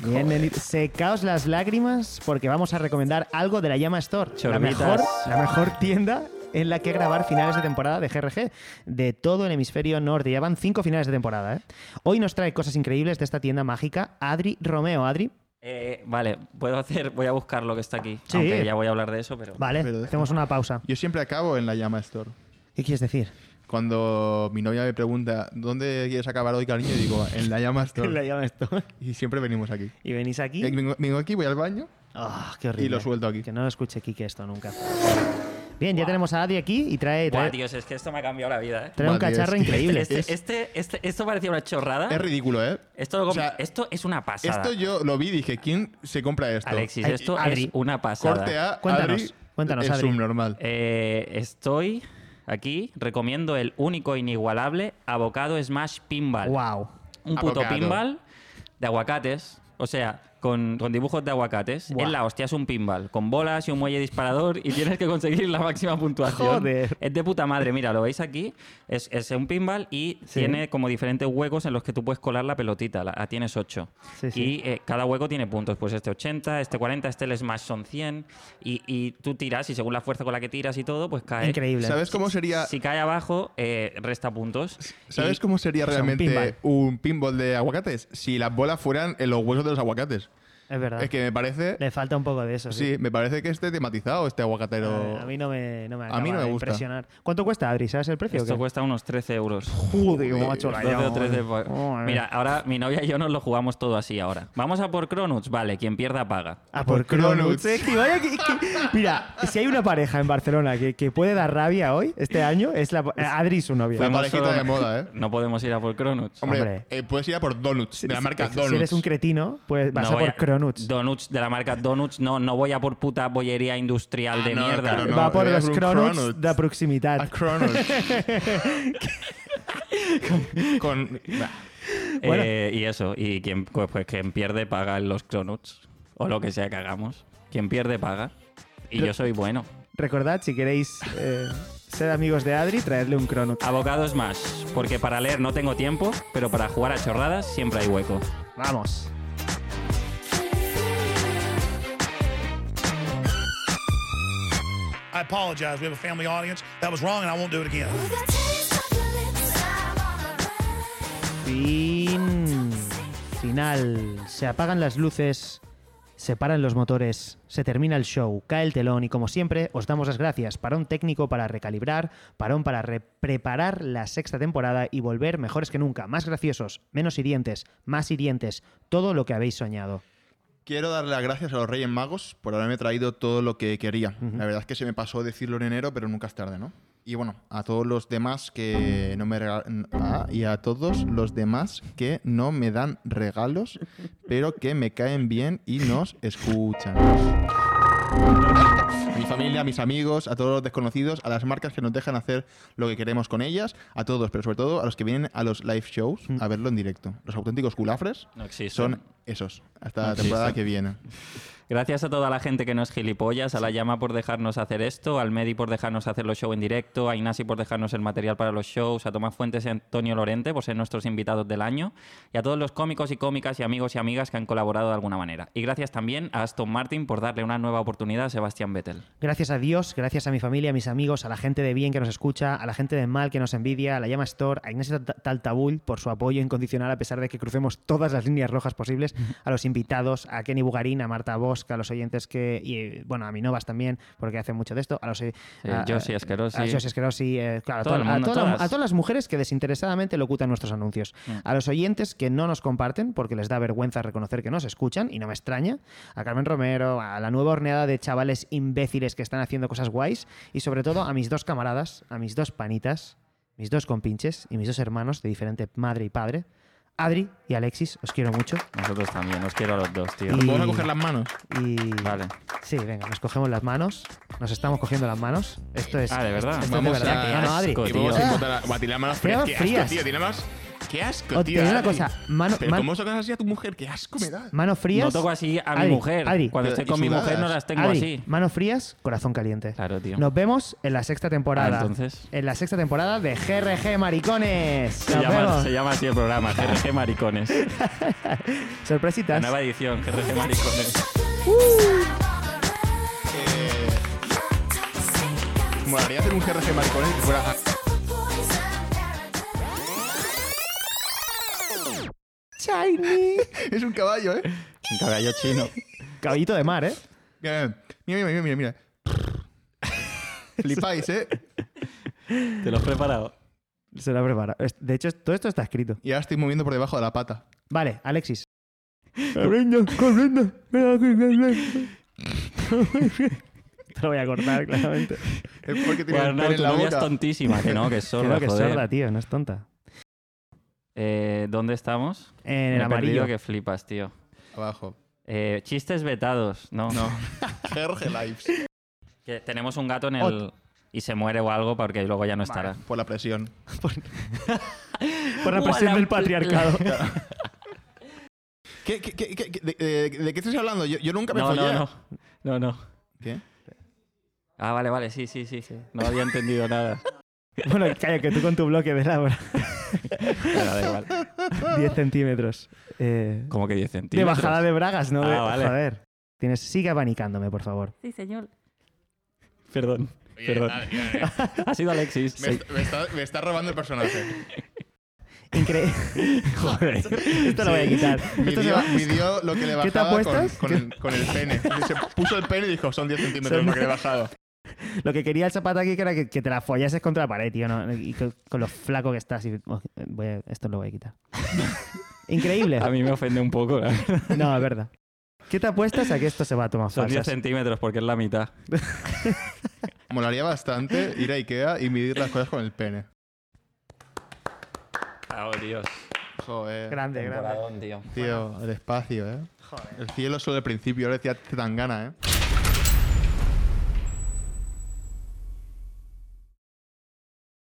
[SPEAKER 1] Bien, nenitas. Secaos las lágrimas porque vamos a recomendar algo de la Llama Store. La
[SPEAKER 3] Chorbitas.
[SPEAKER 1] mejor, la mejor tienda en la que grabar finales de temporada de GRG de todo el hemisferio norte. Ya van cinco finales de temporada. ¿eh? Hoy nos trae cosas increíbles de esta tienda mágica Adri Romeo. Adri,
[SPEAKER 3] Eh, vale, puedo hacer, voy a buscar lo que está aquí.
[SPEAKER 1] Sí.
[SPEAKER 3] Aunque ya voy a hablar de eso, pero.
[SPEAKER 1] vale, hacemos una pausa.
[SPEAKER 2] Yo siempre acabo en la llama store.
[SPEAKER 1] ¿Qué quieres decir?
[SPEAKER 2] Cuando mi novia me pregunta, ¿dónde quieres acabar hoy, cariño? Digo, en la llama store.
[SPEAKER 1] En la Llama Store.
[SPEAKER 2] Y siempre venimos aquí.
[SPEAKER 1] ¿Y venís aquí?
[SPEAKER 2] Eh, Vengo, vengo aquí, voy al baño.
[SPEAKER 1] Ah, qué horrible.
[SPEAKER 2] Y lo suelto aquí.
[SPEAKER 1] Que no lo escuche Kike esto nunca. Bien, ya tenemos a Adri aquí y trae...
[SPEAKER 3] Buah,
[SPEAKER 1] trae-
[SPEAKER 3] Dios, es que esto me ha cambiado la vida, ¿eh?
[SPEAKER 1] Trae un Madre, cacharro es que- increíble.
[SPEAKER 3] Este, este- este- esto parecía una chorrada.
[SPEAKER 2] Es ridículo, ¿eh?
[SPEAKER 3] Esto, lo
[SPEAKER 2] O sea,
[SPEAKER 3] com- esto es una Ah. pasada.
[SPEAKER 2] Esto yo lo vi y dije, ¿quién se compra esto?
[SPEAKER 3] Alexis,
[SPEAKER 2] Ay,
[SPEAKER 3] esto
[SPEAKER 2] Adri,
[SPEAKER 3] es una pasada.
[SPEAKER 2] Corte a
[SPEAKER 1] Cuéntanos,
[SPEAKER 2] Adri,
[SPEAKER 1] cuéntanos,
[SPEAKER 2] el
[SPEAKER 1] Adri.
[SPEAKER 2] subnormal.
[SPEAKER 3] Eh, estoy aquí, recomiendo el único e inigualable Avocado Smash Pinball.
[SPEAKER 1] Wow.
[SPEAKER 3] Un puto
[SPEAKER 2] Avocado.
[SPEAKER 3] pinball de aguacates. O sea, con, con dibujos de aguacates.
[SPEAKER 1] Buah.
[SPEAKER 3] Es la hostia, es un pinball. Con bolas y un muelle disparador y tienes que conseguir la máxima puntuación.
[SPEAKER 1] Joder.
[SPEAKER 3] Es de puta madre. Mira, lo veis aquí. Es, es un pinball y
[SPEAKER 1] Sí.
[SPEAKER 3] tiene como diferentes huecos en los que tú puedes colar la pelotita. La, ah, tienes ocho.
[SPEAKER 1] Sí, sí.
[SPEAKER 3] Y eh, cada hueco tiene puntos. Pues este 80, este 40, este el smash son 100. Y, y tú tiras y según la fuerza con la que tiras y todo, pues cae.
[SPEAKER 1] Increíble.
[SPEAKER 2] ¿Sabes cómo sería,
[SPEAKER 3] Si cae abajo, eh, resta puntos.
[SPEAKER 2] ¿sabes
[SPEAKER 3] Y-
[SPEAKER 2] cómo sería
[SPEAKER 1] o sea, un
[SPEAKER 2] realmente
[SPEAKER 1] pinball.
[SPEAKER 2] un pinball de aguacates? Si las bolas fueran en los huesos de los aguacates.
[SPEAKER 1] Es verdad.
[SPEAKER 2] Es que me parece.
[SPEAKER 1] Le falta un poco de eso.
[SPEAKER 2] Sí, me parece que esté tematizado este aguacatero.
[SPEAKER 1] Ah, A mí no me, no me
[SPEAKER 2] A mí no
[SPEAKER 1] acaba
[SPEAKER 2] me
[SPEAKER 1] de
[SPEAKER 2] gusta.
[SPEAKER 1] impresionar. ¿Cuánto cuesta, Adri? ¿Sabes el precio? o
[SPEAKER 3] Esto
[SPEAKER 1] qué?
[SPEAKER 3] cuesta unos 13 euros.
[SPEAKER 1] Joder, macho, la eh.
[SPEAKER 3] 12 o
[SPEAKER 1] llama,
[SPEAKER 3] 13
[SPEAKER 1] madre.
[SPEAKER 3] pa-
[SPEAKER 1] Joder.
[SPEAKER 3] Mira, ahora mi novia y yo nos lo jugamos todo así ahora. Vamos a por Cronuts. Vale, quien pierda paga.
[SPEAKER 1] A Ah,
[SPEAKER 2] por
[SPEAKER 1] por
[SPEAKER 2] Cronuts.
[SPEAKER 1] Cronuts. Es que vaya que- es que- mira, si hay una pareja en Barcelona que, que puede dar rabia hoy, este año, es la, Adri y su novia.
[SPEAKER 2] La
[SPEAKER 3] Fuimos
[SPEAKER 2] parejita
[SPEAKER 3] solo-
[SPEAKER 2] de moda, ¿eh?
[SPEAKER 3] No podemos ir a por Cronuts.
[SPEAKER 2] Hombre,
[SPEAKER 1] Hombre.
[SPEAKER 2] eh, puedes ir a por Donuts, de la marca
[SPEAKER 1] si,
[SPEAKER 2] Donuts.
[SPEAKER 1] Si eres un cretino, pues vas
[SPEAKER 3] No
[SPEAKER 1] a
[SPEAKER 3] voy
[SPEAKER 1] por Cronuts.
[SPEAKER 3] Donuts de la marca Donuts. No, no voy a por puta bollería industrial de
[SPEAKER 2] Ah, no,
[SPEAKER 3] mierda.
[SPEAKER 2] claro, no.
[SPEAKER 1] Va por
[SPEAKER 2] voy a
[SPEAKER 1] los
[SPEAKER 2] por un
[SPEAKER 1] Cronuts
[SPEAKER 2] Cronuts. Ah,
[SPEAKER 1] de proximidad.
[SPEAKER 2] A Cronuts. Con. Nah.
[SPEAKER 3] Eh, y eso. Y quien, pues, pues quien pierde paga en los Cronuts. O lo que sea que hagamos. Quien pierde paga. Y yo soy bueno.
[SPEAKER 1] Recordad, si queréis eh, ser amigos de Adri, traedle un Cronuts.
[SPEAKER 3] Abogados más, porque para leer no tengo tiempo, pero para jugar a chorradas siempre hay hueco.
[SPEAKER 1] Vamos.
[SPEAKER 14] I apologize. We have a family audience. That was wrong, and I won't do it again.
[SPEAKER 1] Fin. Final. Se apagan las luces, se paran los motores, se termina el show, cae el telón y como siempre os damos las gracias. Parón técnico para recalibrar, parón para re- preparar la sexta temporada y volver mejores que nunca, más graciosos, menos hirientes, más hirientes, todo lo que habéis soñado.
[SPEAKER 2] Quiero darle las gracias a los Reyes Magos por haberme traído todo lo que quería. La verdad es que se me pasó decirlo en enero, pero nunca es tarde, ¿no? Y bueno, a todos los demás que no me regalan. y a todos los demás que no me dan regalos, pero que me caen bien y nos escuchan. A mi familia, a mis amigos, a todos los desconocidos, a las marcas que nos dejan hacer lo que queremos con ellas, a todos, pero sobre todo a los que vienen a los live shows a verlo en directo. Los auténticos culafres
[SPEAKER 3] No existe.
[SPEAKER 2] son esos. Hasta la
[SPEAKER 3] Sí,
[SPEAKER 2] temporada
[SPEAKER 3] sí.
[SPEAKER 2] que viene.
[SPEAKER 3] Gracias a toda la gente que no es gilipollas, a la llama por dejarnos hacer esto, al Medi por dejarnos hacer los shows en directo, a Inasi por dejarnos el material para los shows, a Tomás Fuentes y a Antonio Lorente por ser nuestros invitados del año, y a todos los cómicos y cómicas y amigos y amigas que han colaborado de alguna manera. Y gracias también a Aston Martin por darle una nueva oportunidad a Sebastián Vettel.
[SPEAKER 1] Gracias a Dios, gracias a mi familia, a mis amigos, a la gente de bien que nos escucha, a la gente de mal que nos envidia, a la Llama Store, a Ignacio Ta- Taltabull por su apoyo incondicional a pesar de que crucemos todas las líneas rojas posibles, a los invitados, a Kenny Bugarín, a Marta Bosch, a los oyentes que. Y eh, bueno, a Minovas también, porque hace mucho de esto. A los. eh, a-
[SPEAKER 3] Josie Esquerosi.
[SPEAKER 1] A Josie Esquerosi, eh, claro, a
[SPEAKER 3] Todo
[SPEAKER 1] toda-
[SPEAKER 3] el
[SPEAKER 1] a,
[SPEAKER 3] mundo,
[SPEAKER 1] toda-
[SPEAKER 3] todas.
[SPEAKER 1] a todas las mujeres que desinteresadamente locutan nuestros anuncios.
[SPEAKER 3] Mm.
[SPEAKER 1] A los oyentes que no nos comparten, porque les da vergüenza reconocer que nos escuchan, y no me extraña. A Carmen Romero, a la nueva horneada de chavales imbéciles que están haciendo cosas guays. Y sobre todo a mis dos camaradas, a mis dos panitas, mis dos compinches y mis dos hermanos de diferente madre y padre. Adri y Alexis, os quiero mucho.
[SPEAKER 3] Nosotros también, os quiero a los dos, tío.
[SPEAKER 1] Y- ¿Vamos a coger las
[SPEAKER 2] manos?
[SPEAKER 1] Y... Vale. Sí, venga, nos cogemos las manos. Nos estamos cogiendo las manos. Esto es.
[SPEAKER 3] Ah, de verdad.
[SPEAKER 1] esto es
[SPEAKER 3] Vamos
[SPEAKER 1] de verdad.
[SPEAKER 3] a-
[SPEAKER 1] No, no, Adri.
[SPEAKER 3] y
[SPEAKER 1] Ah.
[SPEAKER 3] vamos
[SPEAKER 2] a encontrar- buah, tiene las manos
[SPEAKER 1] Pero
[SPEAKER 2] frías. Qué
[SPEAKER 1] frías.
[SPEAKER 2] asco, tío. Tiene las manos... Qué asco, tío.
[SPEAKER 1] O- te digo una
[SPEAKER 2] Adri.
[SPEAKER 1] cosa, mano-
[SPEAKER 2] Pero
[SPEAKER 1] man-
[SPEAKER 2] ¿cómo socas así a tu mujer? Qué asco me da.
[SPEAKER 1] Manos frías.
[SPEAKER 3] No toco así a mi mujer. Cuando estoy con mi mujer no las tengo
[SPEAKER 1] Adri,
[SPEAKER 3] así.
[SPEAKER 1] Manos frías, corazón caliente. Claro,
[SPEAKER 3] tío.
[SPEAKER 1] Nos vemos en la sexta temporada.
[SPEAKER 3] Ah, entonces.
[SPEAKER 1] En la sexta temporada de GRG Maricones.
[SPEAKER 3] Se
[SPEAKER 1] Nos
[SPEAKER 3] llama,
[SPEAKER 1] vemos.
[SPEAKER 3] se llama así el programa, GRG Maricones. La
[SPEAKER 1] Sorpresitas.
[SPEAKER 3] nueva edición, GRG Maricones.
[SPEAKER 2] Uh.
[SPEAKER 12] Mm.
[SPEAKER 2] Molaría hacer un GRG maricones que fuera... a-
[SPEAKER 1] Shiny.
[SPEAKER 2] es un caballo, ¿eh?
[SPEAKER 3] Un caballo chino.
[SPEAKER 1] Caballito de mar, ¿eh?
[SPEAKER 2] Mira, mira, mira, mira. mira. Flipáis, ¿eh?
[SPEAKER 3] Te lo has preparado.
[SPEAKER 1] Se lo prepara. Es- De hecho, todo esto está escrito.
[SPEAKER 2] Y ahora estoy moviendo por debajo de la pata.
[SPEAKER 1] Vale, Alexis. Te lo voy a cortar, claramente.
[SPEAKER 2] Es porque
[SPEAKER 3] tenía Bueno, el pene no, en tu la novia boca. es tontísima, que no, que es
[SPEAKER 1] Creo
[SPEAKER 3] sorda,
[SPEAKER 1] que es
[SPEAKER 3] joder.
[SPEAKER 1] sorda, tío, no es tonta.
[SPEAKER 3] Eh, ¿Dónde estamos? Me
[SPEAKER 1] Eh, En el
[SPEAKER 3] he perdido
[SPEAKER 1] amarillo.
[SPEAKER 3] que flipas, tío.
[SPEAKER 2] Abajo.
[SPEAKER 3] Eh, chistes vetados, ¿no?
[SPEAKER 2] No. GRG Lives.
[SPEAKER 3] Que tenemos un gato en el... Y se muere o algo porque luego ya no estará.
[SPEAKER 2] Por la presión.
[SPEAKER 1] Por la
[SPEAKER 3] Uh,
[SPEAKER 1] presión
[SPEAKER 3] la-
[SPEAKER 1] del patriarcado.
[SPEAKER 2] ¿Qué, qué, qué, qué- de, de- de qué estás hablando? Yo, yo nunca me
[SPEAKER 3] No,
[SPEAKER 2] follé.
[SPEAKER 3] no, no. No, no.
[SPEAKER 2] ¿Qué?
[SPEAKER 3] Ah, vale, vale, sí, sí, sí. No había entendido nada.
[SPEAKER 1] bueno, calla, que tú con tu bloque de labra.
[SPEAKER 3] Pero da igual.
[SPEAKER 1] 10 centímetros. Eh,
[SPEAKER 3] ¿Cómo que 10
[SPEAKER 1] de
[SPEAKER 3] centímetros?
[SPEAKER 1] bajada de bragas, ¿no? De-
[SPEAKER 3] Ah, vale.
[SPEAKER 1] Joder. Tienes, sigue abanicándome, por favor.
[SPEAKER 6] Sí, señor.
[SPEAKER 3] Perdón.
[SPEAKER 2] Oye, eh.
[SPEAKER 3] perdón.
[SPEAKER 2] dale, dale.
[SPEAKER 3] ha sido Alexis.
[SPEAKER 2] Me, está, me está- me está robando el personaje.
[SPEAKER 1] Increíble.
[SPEAKER 3] Joder.
[SPEAKER 1] Esto lo voy a quitar.
[SPEAKER 2] Me
[SPEAKER 1] Esto se
[SPEAKER 2] dio,
[SPEAKER 1] va-
[SPEAKER 2] me dio lo que le
[SPEAKER 1] ¿Qué te
[SPEAKER 2] bajaba con,
[SPEAKER 1] apuestas?
[SPEAKER 2] con, el, con el pene. Se puso el pene y dijo, son 10 centímetros
[SPEAKER 1] Son-
[SPEAKER 2] lo que le he bajado.
[SPEAKER 1] Lo que quería el zapato aquí que era que, que te la follases contra la pared, tío. ¿no? Y con, con lo flaco que estás. y- oh, voy a- esto lo voy a quitar. Increíble.
[SPEAKER 3] A mí me ofende un poco. ¿eh? la verdad.
[SPEAKER 1] No, es verdad. ¿Qué te apuestas a que esto se va a tomar
[SPEAKER 3] Son 10
[SPEAKER 1] falsas?
[SPEAKER 3] centímetros porque es la mitad.
[SPEAKER 2] Molaría bastante ir a Ikea y medir las cosas con el pene.
[SPEAKER 3] Oh, Dios.
[SPEAKER 2] Joder.
[SPEAKER 1] Grande, grande.
[SPEAKER 3] Temporadón, tío.
[SPEAKER 2] Tío, el espacio, ¿eh? El cielo solo al principio, ahora decía te dan gana, ¿eh?